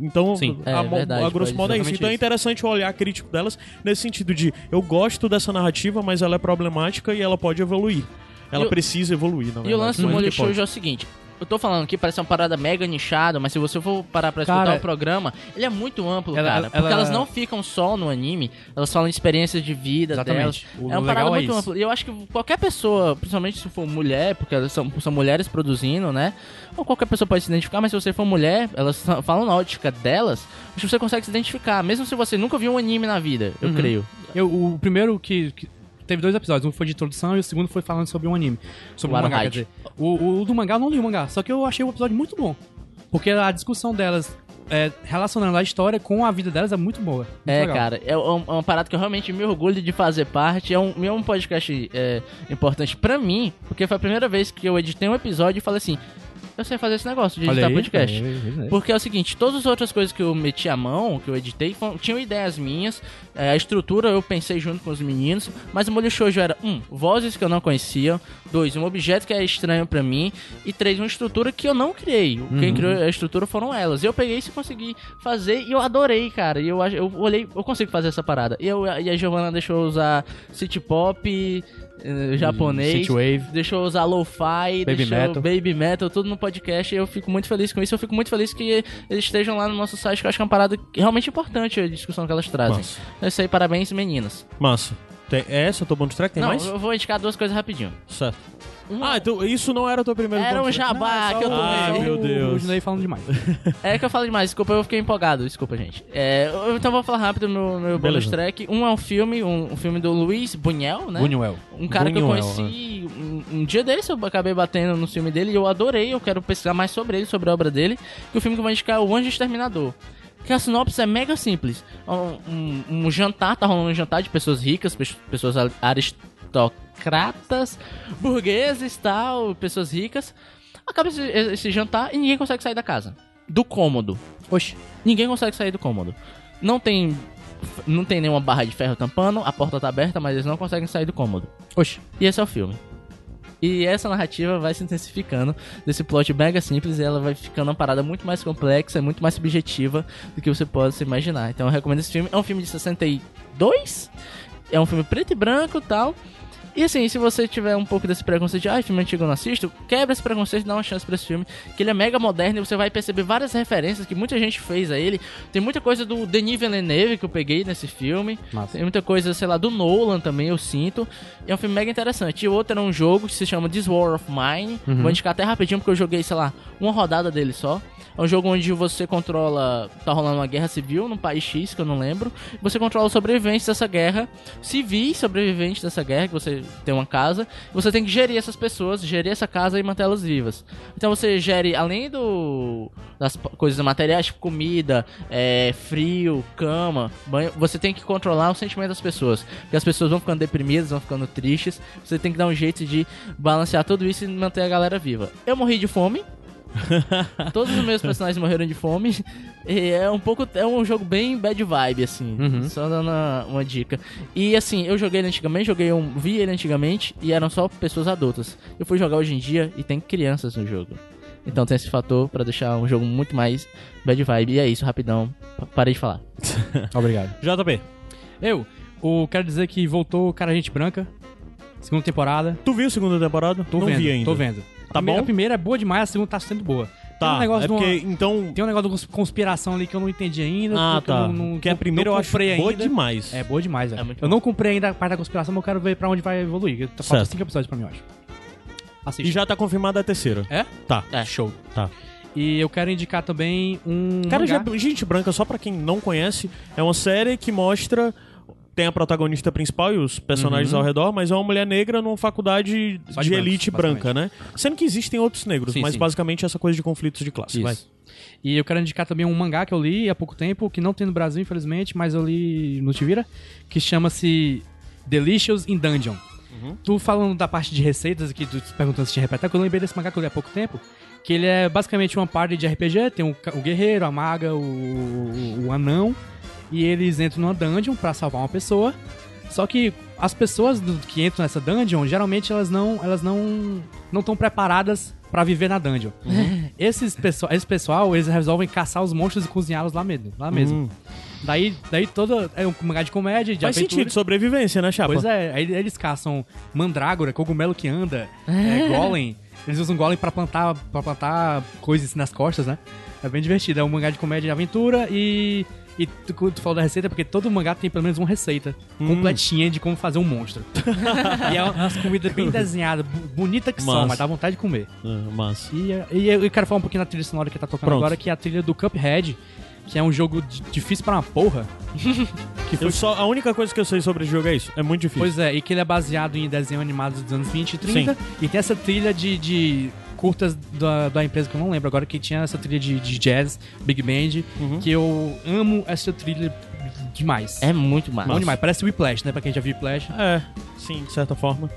Speaker 2: Então,
Speaker 4: Sim,
Speaker 2: a,
Speaker 3: é
Speaker 2: mo-
Speaker 3: verdade,
Speaker 2: a grosso
Speaker 3: pode,
Speaker 2: modo é isso.
Speaker 4: exatamente
Speaker 2: Então é
Speaker 4: isso.
Speaker 2: interessante o olhar crítico delas nesse sentido de eu gosto dessa narrativa, mas ela é problemática e ela pode evoluir. Ela
Speaker 3: E o-
Speaker 2: precisa evoluir, na verdade.
Speaker 3: E o lance do
Speaker 2: mais
Speaker 3: Molho
Speaker 2: que pode.
Speaker 3: Shoujo é o seguinte. Eu tô falando aqui, parece uma parada mega nichada, mas se você for parar pra escutar
Speaker 4: Cara,
Speaker 3: o programa, ele é muito amplo,
Speaker 4: ela-
Speaker 3: cara.
Speaker 4: ela-
Speaker 3: porque
Speaker 4: ela-
Speaker 3: elas não ficam só no anime, elas falam de experiências de vida
Speaker 4: Exatamente.
Speaker 3: delas.
Speaker 4: O
Speaker 3: é uma
Speaker 4: legal
Speaker 3: parada
Speaker 4: é
Speaker 3: muito
Speaker 4: isso.
Speaker 3: ampla. E eu acho que qualquer pessoa, principalmente se for mulher, porque elas são, são mulheres produzindo, né? Ou qualquer pessoa pode se identificar, mas se você for mulher, elas fa- falam na ótica delas, acho que você consegue se identificar, mesmo se você nunca viu um anime na vida,
Speaker 4: Uhum.
Speaker 3: eu creio.
Speaker 4: Eu- o primeiro que, que- Teve dois episódios, um foi de introdução e o segundo foi falando sobre um anime. Sobre
Speaker 3: O
Speaker 4: um mangá, quer
Speaker 3: Aronhide.
Speaker 4: dizer. O, o do mangá eu não li o mangá, só que eu achei o episódio muito bom. Porque a discussão delas, é, relacionando a história com a vida delas, é muito boa. Muito
Speaker 3: É,
Speaker 4: legal.
Speaker 3: cara, é um- é uma parada que eu realmente me orgulho de fazer parte. É um, é um podcast é, importante pra mim, porque foi a primeira vez que eu editei um episódio e falei assim: eu sei fazer esse negócio de
Speaker 4: Olha
Speaker 3: editar
Speaker 4: aí,
Speaker 3: tá podcast.
Speaker 4: olha aí, olha aí.
Speaker 3: Porque é o seguinte, todas as outras coisas que eu meti a mão, que eu editei, foram- tinham ideias minhas, é, a estrutura eu pensei junto com os meninos, mas o Molho Shoujo era, um, vozes que eu não conhecia, dois, um objeto que é estranho pra mim, e três, uma estrutura que eu não criei. Quem criou a estrutura foram elas. Eu peguei isso e consegui fazer, e eu adorei, cara. E eu, acho- eu olhei, eu consigo fazer essa parada. E, eu, e a Giovana deixou eu usar City Pop, eh, japonês,
Speaker 4: Synthwave.
Speaker 3: deixou eu usar lo-fi,
Speaker 4: Baby
Speaker 3: deixou
Speaker 4: metal.
Speaker 3: baby metal, tudo no podcast. E eu fico muito feliz com isso. Eu fico muito feliz que eles estejam lá no nosso site, que eu acho que é uma parada realmente importante a discussão que elas trazem.
Speaker 2: Massa.
Speaker 3: É isso aí, parabéns, meninas.
Speaker 2: Massa. Tem, é essa a tua bonus track? Tem
Speaker 3: Não,
Speaker 2: mais?
Speaker 3: eu vou indicar duas coisas rapidinho.
Speaker 2: Certo.
Speaker 3: Uma-
Speaker 2: Ah, então isso não era a tua primeira
Speaker 3: Era um
Speaker 2: bonus track?
Speaker 4: é
Speaker 3: jabá que eu tô
Speaker 2: Ah,
Speaker 4: Eu-
Speaker 2: meu Deus.
Speaker 4: Eu continuei falando demais.
Speaker 3: É que eu falo demais, desculpa, eu fiquei empolgado, desculpa, gente. É, eu- então vou falar rápido meu, meu bonus
Speaker 2: Beleza.
Speaker 3: track. Um é um filme, um, um filme do Luiz Buñuel, né?
Speaker 4: Bunuel.
Speaker 3: Um cara que eu
Speaker 2: Buñuel,
Speaker 3: conheci um, um dia desse, eu acabei batendo no filme dele e eu adorei, eu quero pesquisar mais sobre ele, sobre a obra dele. E o filme que eu vou indicar é O Anjo Exterminador. Que a sinopse é mega simples. É Um, um- um jantar, tá rolando um jantar de pessoas ricas, pe- pessoas a- aristocratas, burgueses tal, pessoas ricas. Acaba esse, esse jantar e ninguém consegue sair da casa. Do cômodo.
Speaker 4: Oxi.
Speaker 3: Ninguém consegue sair do cômodo. Não tem. Não tem nenhuma barra de ferro tampando, a porta tá aberta, mas eles não conseguem sair do cômodo.
Speaker 4: Oxi.
Speaker 3: E esse é o filme. E essa narrativa vai se intensificando desse plot mega simples e ela vai ficando uma parada muito mais complexa, muito mais subjetiva do que você pode se imaginar. Então eu recomendo esse filme. É um filme de 62, é um filme preto e branco e tal. E assim, se você tiver um pouco desse preconceito de, ah, filme antigo eu não assisto, quebra esse preconceito e dá uma chance pra esse filme, que ele é mega moderno e você vai perceber várias referências que muita gente fez a ele. Tem muita coisa do Denis Villeneuve que eu peguei nesse filme.
Speaker 4: é Massa.
Speaker 3: Tem muita coisa, sei lá, do Nolan também, eu sinto. E é um filme mega interessante. E o outro é um jogo que se chama This War of Mine. Vou indicar até rapidinho, porque eu joguei, sei lá, uma rodada dele só. É um jogo onde você controla. Tá rolando uma guerra civil num país X, que eu não lembro. Você controla os sobreviventes dessa guerra, civis sobreviventes dessa guerra, que você tem uma casa. Você tem que gerir essas pessoas, gerir essa casa e mantê-las vivas. Então você gere, além do das p- coisas materiais, tipo comida, é, frio, cama, banho, você tem que controlar o sentimento das pessoas. Porque as pessoas vão ficando deprimidas, vão ficando tristes. Você tem que dar um jeito de balancear tudo isso e manter a galera viva. Eu morri de fome. Todos os meus personagens morreram de fome. E é um pouco. É um jogo bem bad vibe, assim.
Speaker 4: Uhum.
Speaker 3: Só dando uma, uma dica. E assim, eu joguei ele antigamente, joguei um. Vi ele antigamente e eram só pessoas adultas. Eu fui jogar hoje em dia e tem crianças no jogo. Então tem esse fator pra deixar um jogo muito mais bad vibe. E é isso, rapidão. Pa- Parei de falar.
Speaker 4: Obrigado.
Speaker 2: JP,
Speaker 4: Eu, o, quero dizer que voltou o Cara Gente Branca. Segunda temporada.
Speaker 2: tu viu a segunda temporada?
Speaker 4: Tô
Speaker 2: não
Speaker 4: vendo.
Speaker 2: vi ainda.
Speaker 4: Tô vendo.
Speaker 2: Tá
Speaker 4: a primeira,
Speaker 2: bom?
Speaker 4: A primeira é boa demais, a segunda tá sendo boa. Tem
Speaker 2: Tá,
Speaker 4: um negócio
Speaker 2: é
Speaker 4: de uma-
Speaker 2: porque, então...
Speaker 4: Tem um negócio de cons- conspiração ali que eu não entendi ainda.
Speaker 2: Ah,
Speaker 4: que eu
Speaker 2: tá.
Speaker 4: não- não-
Speaker 2: que a
Speaker 4: não
Speaker 2: primeira eu acho
Speaker 4: comprei
Speaker 2: boa
Speaker 4: ainda.
Speaker 2: demais.
Speaker 4: É boa demais, velho.
Speaker 3: É muito
Speaker 4: eu não comprei ainda a parte da conspiração, mas eu quero ver pra onde vai evoluir. Faltam
Speaker 2: Certo.
Speaker 4: cinco episódios pra mim, eu acho.
Speaker 2: e
Speaker 4: Assiste.
Speaker 2: já tá confirmada a terceira.
Speaker 4: É?
Speaker 2: Tá.
Speaker 3: É.
Speaker 4: Show.
Speaker 2: Tá.
Speaker 4: E eu quero indicar também um.
Speaker 2: Cara,
Speaker 4: mangá.
Speaker 2: já, é Gente Branca, só pra quem não conhece, é uma série que mostra. Tem a protagonista principal e os personagens ao redor, mas é uma mulher negra numa faculdade
Speaker 4: Só
Speaker 2: de,
Speaker 4: de Uhum. brancos,
Speaker 2: elite branca, né? Sendo que existem outros negros,
Speaker 4: Sim,
Speaker 2: mas
Speaker 4: sim.
Speaker 2: basicamente essa coisa de conflitos de classe. Vai.
Speaker 4: Isso. E eu quero indicar também um mangá que eu li há pouco tempo, que não tem no Brasil, infelizmente, mas eu li no Tivira, que chama-se Delicious in Dungeon. Tu falando da parte de receitas aqui, tu te perguntando se tinha repetar, que eu lembrei desse mangá que eu li há pouco tempo, que ele é basicamente uma parte de RPG, tem o, ca- o guerreiro, a maga, o, o- o anão, e eles entram numa dungeon pra salvar uma pessoa, só que as pessoas do- que entram nessa dungeon, geralmente elas não elas não não estão preparadas pra viver na dungeon. Esses pessoal, esse pessoal, eles resolvem caçar os monstros e cozinhá-los lá mesmo, lá É mesmo.
Speaker 2: Hum.
Speaker 4: Daí, daí toda é um mangá de comédia, de
Speaker 2: Faz
Speaker 4: aventura.
Speaker 2: sentido, sobrevivência, né, Chapa?
Speaker 4: Pois é, aí eles caçam mandrágora, cogumelo que anda, é, golem. Eles usam golem pra plantar, pra plantar coisas nas costas, né? É bem divertido. É um mangá de comédia e aventura e. E tu, quando tu falou da receita, porque todo mangá tem pelo menos uma receita
Speaker 2: Hum.
Speaker 4: completinha de como fazer um monstro. e é umas comidas bem desenhadas, bu- bonita que
Speaker 2: Massa.
Speaker 4: são, mas dá vontade de comer.
Speaker 2: É, mas.
Speaker 4: E, é, e eu quero falar um pouquinho da trilha sonora que tá tocando
Speaker 2: Pronto.
Speaker 4: agora, que é a trilha do Cuphead, que é um jogo di- difícil pra uma porra. que foi
Speaker 2: Eu só, a única coisa que eu sei sobre esse jogo é isso. É muito difícil.
Speaker 4: Pois é, e que ele é baseado em desenho animado dos anos 20 e 30. E tem essa trilha de, de curtas da, da empresa que eu não lembro agora, que tinha essa trilha de, de jazz, Big Band, que eu amo essa trilha demais.
Speaker 3: É muito massa.
Speaker 4: Bom demais, parece Whiplash, né? Pra quem já viu Whiplash.
Speaker 2: É, sim, de certa forma.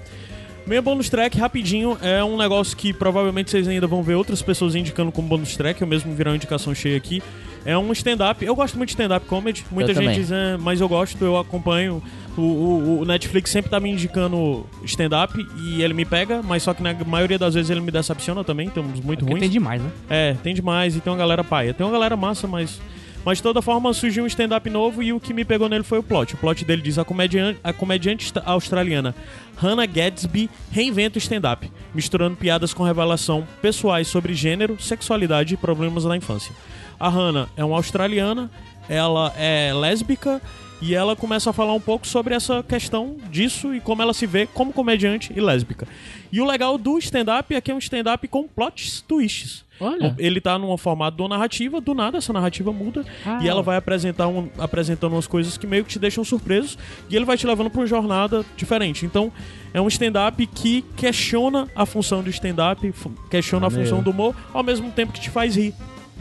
Speaker 2: Meio bonus track, rapidinho, é um negócio que provavelmente vocês ainda vão ver outras pessoas indicando como bonus track, eu mesmo virar uma indicação cheia aqui. É um stand-up, eu gosto muito de stand-up comedy, muita
Speaker 3: Eu
Speaker 2: gente
Speaker 3: também.
Speaker 2: diz, "Ah, mas eu gosto, eu acompanho. O, o- o Netflix sempre tá me indicando stand-up e ele me pega, mas só que na maioria das vezes ele me decepciona também, tem uns muito
Speaker 4: Porque
Speaker 2: ruins.
Speaker 4: tem demais, né?
Speaker 2: É, tem demais e tem uma galera paia. Tem uma galera massa, mas. Mas de toda forma surgiu um stand-up novo e o que me pegou nele foi o plot. O plot dele diz: a comediante, a comediante esta- australiana Hannah Gadsby reinventa o stand-up, misturando piadas com revelação pessoais sobre gênero, sexualidade e problemas da infância. A Hannah é uma australiana, ela é lésbica e ela começa a falar um pouco sobre essa questão disso e como ela se vê como comediante e lésbica. E o legal do stand-up é que é um stand-up com plots twists.
Speaker 3: Olha.
Speaker 2: Ele tá num formato de uma narrativa, do nada essa narrativa muda
Speaker 4: Ah.
Speaker 2: e ela vai apresentar um- apresentando umas coisas que meio que te deixam surpresos e ele vai te levando pra uma jornada diferente. Então, é um stand-up que questiona a função do stand-up, fu- questiona a função do humor, ao mesmo tempo que te faz rir.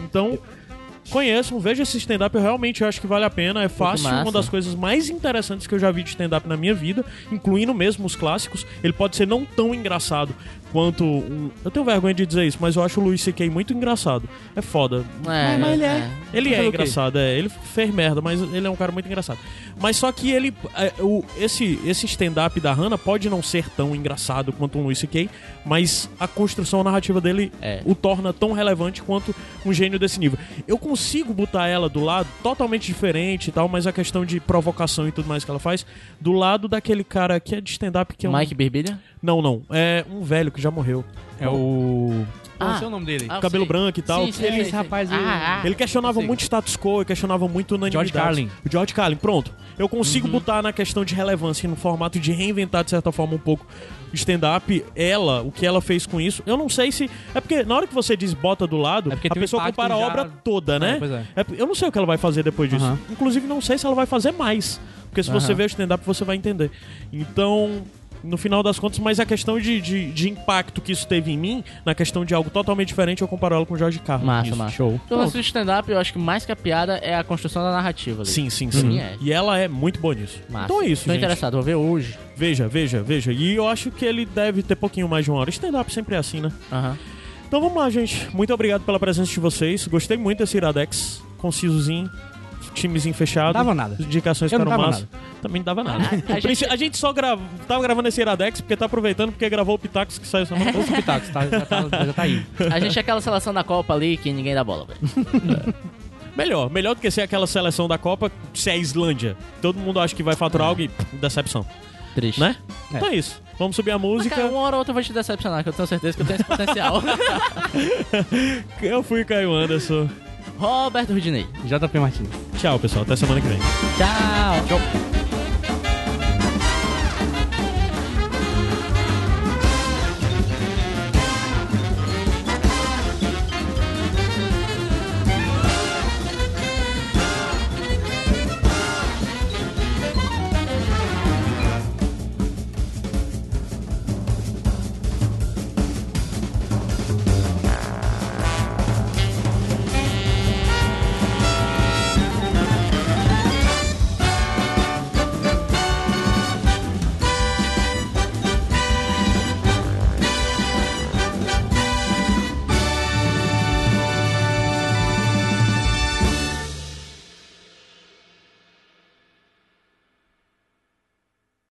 Speaker 2: Então, conheçam, vejam esse stand-up, eu realmente acho que vale a pena, é fácil,
Speaker 3: massa.
Speaker 2: uma das coisas mais interessantes que eu já vi de stand-up na minha vida, incluindo mesmo os clássicos. Ele pode ser não tão engraçado quanto um... Eu tenho vergonha de dizer isso, mas eu acho o Luiz C.K. muito engraçado. É foda.
Speaker 3: É,
Speaker 2: mas ele é.
Speaker 3: é.
Speaker 2: Ele é
Speaker 4: Fazer o quê?
Speaker 2: engraçado, é. Ele fez merda, mas ele é um cara muito engraçado. Mas só que ele. é, o, esse esse stand-up da Hannah pode não ser tão engraçado quanto um Luis C.K., mas a construção narrativa dele
Speaker 3: É.
Speaker 2: o torna tão relevante quanto um gênio desse nível. Eu consigo botar ela do lado, totalmente diferente e tal, mas a questão de provocação e tudo mais que ela faz, do lado daquele cara que é de stand-up que é um.
Speaker 3: Mike Birbilha?
Speaker 2: Não, não. É um velho que que já morreu.
Speaker 4: É o.
Speaker 3: Ah.
Speaker 4: Qual é o nome dele?
Speaker 3: Ah, eu
Speaker 2: cabelo
Speaker 3: sei.
Speaker 2: branco e tal.
Speaker 3: Sim, sim,
Speaker 4: Ele,
Speaker 3: sei,
Speaker 4: esse
Speaker 3: sei.
Speaker 4: rapaz, ele-
Speaker 3: Ah, ah.
Speaker 2: Ele questionava
Speaker 4: Sim.
Speaker 2: muito status quo, ele questionava muito unanimidade.
Speaker 4: Carlin.
Speaker 2: O George Carlin, pronto. Eu consigo botar na questão de relevância, e no formato de reinventar, de certa forma, um pouco stand-up. Ela, o que ela fez com isso, eu não sei se... É porque na hora que você diz bota do lado,
Speaker 4: É porque
Speaker 2: a
Speaker 4: tem um
Speaker 2: pessoa
Speaker 4: impacto
Speaker 2: compara a
Speaker 4: já-
Speaker 2: obra toda, né?
Speaker 4: É, pois é.
Speaker 2: p- eu não sei o que ela vai fazer depois disso.
Speaker 4: Aham.
Speaker 2: Inclusive, não sei se ela vai fazer mais. Porque se você
Speaker 4: Aham.
Speaker 2: ver o stand-up, você vai entender. Então... No final das contas, mas a questão de, de, de impacto que isso teve em mim, na questão de algo totalmente diferente, eu comparo ela com o George Carlin.
Speaker 3: Massa,
Speaker 2: Isso.
Speaker 3: massa.
Speaker 4: Show.
Speaker 3: Então, assim, o stand-up, eu acho que mais que a piada é a construção da narrativa. ali.
Speaker 2: Sim, sim,
Speaker 3: Pra
Speaker 2: sim.
Speaker 3: mim é.
Speaker 2: E ela é muito boa nisso.
Speaker 3: Massa.
Speaker 2: Então é isso,
Speaker 3: Tô
Speaker 2: gente.
Speaker 3: interessado, vou ver hoje.
Speaker 2: Veja, veja, veja. E eu acho que ele deve ter pouquinho mais de uma hora. Stand-up sempre é assim, né?
Speaker 3: Aham.
Speaker 2: Então vamos lá, gente. Muito obrigado pela presença de vocês. Gostei muito desse Iradex. Concisozinho. Timezinho fechado.
Speaker 4: Dava nada.
Speaker 2: As Indicações
Speaker 4: Eu não
Speaker 2: para o
Speaker 4: dava
Speaker 2: massa. Também não dava nada.
Speaker 3: Ah, A- a
Speaker 2: Princi- A gente só grava... tava gravando esse Iradex porque tá aproveitando porque gravou o Pitacos que saiu semana
Speaker 4: Ouça o Pitacos, tá, já, tá, já tá aí.
Speaker 3: A gente é aquela seleção da Copa ali que ninguém dá bola, velho.
Speaker 2: Melhor. Melhor do que ser aquela seleção da Copa, se é a Islândia. Todo mundo acha que vai faturar algo e pff, decepção.
Speaker 3: Triste.
Speaker 2: Né?
Speaker 4: É.
Speaker 2: Então é isso. Vamos subir a
Speaker 3: Mas,
Speaker 2: música.
Speaker 3: cara, uma hora ou outra eu vou te decepcionar, que eu tenho certeza que eu tenho esse potencial.
Speaker 2: Eu fui Caio Anderson.
Speaker 3: Roberto Rudinei.
Speaker 4: JP Martins.
Speaker 2: Tchau, pessoal. Até semana que vem.
Speaker 3: Tchau. Tchau.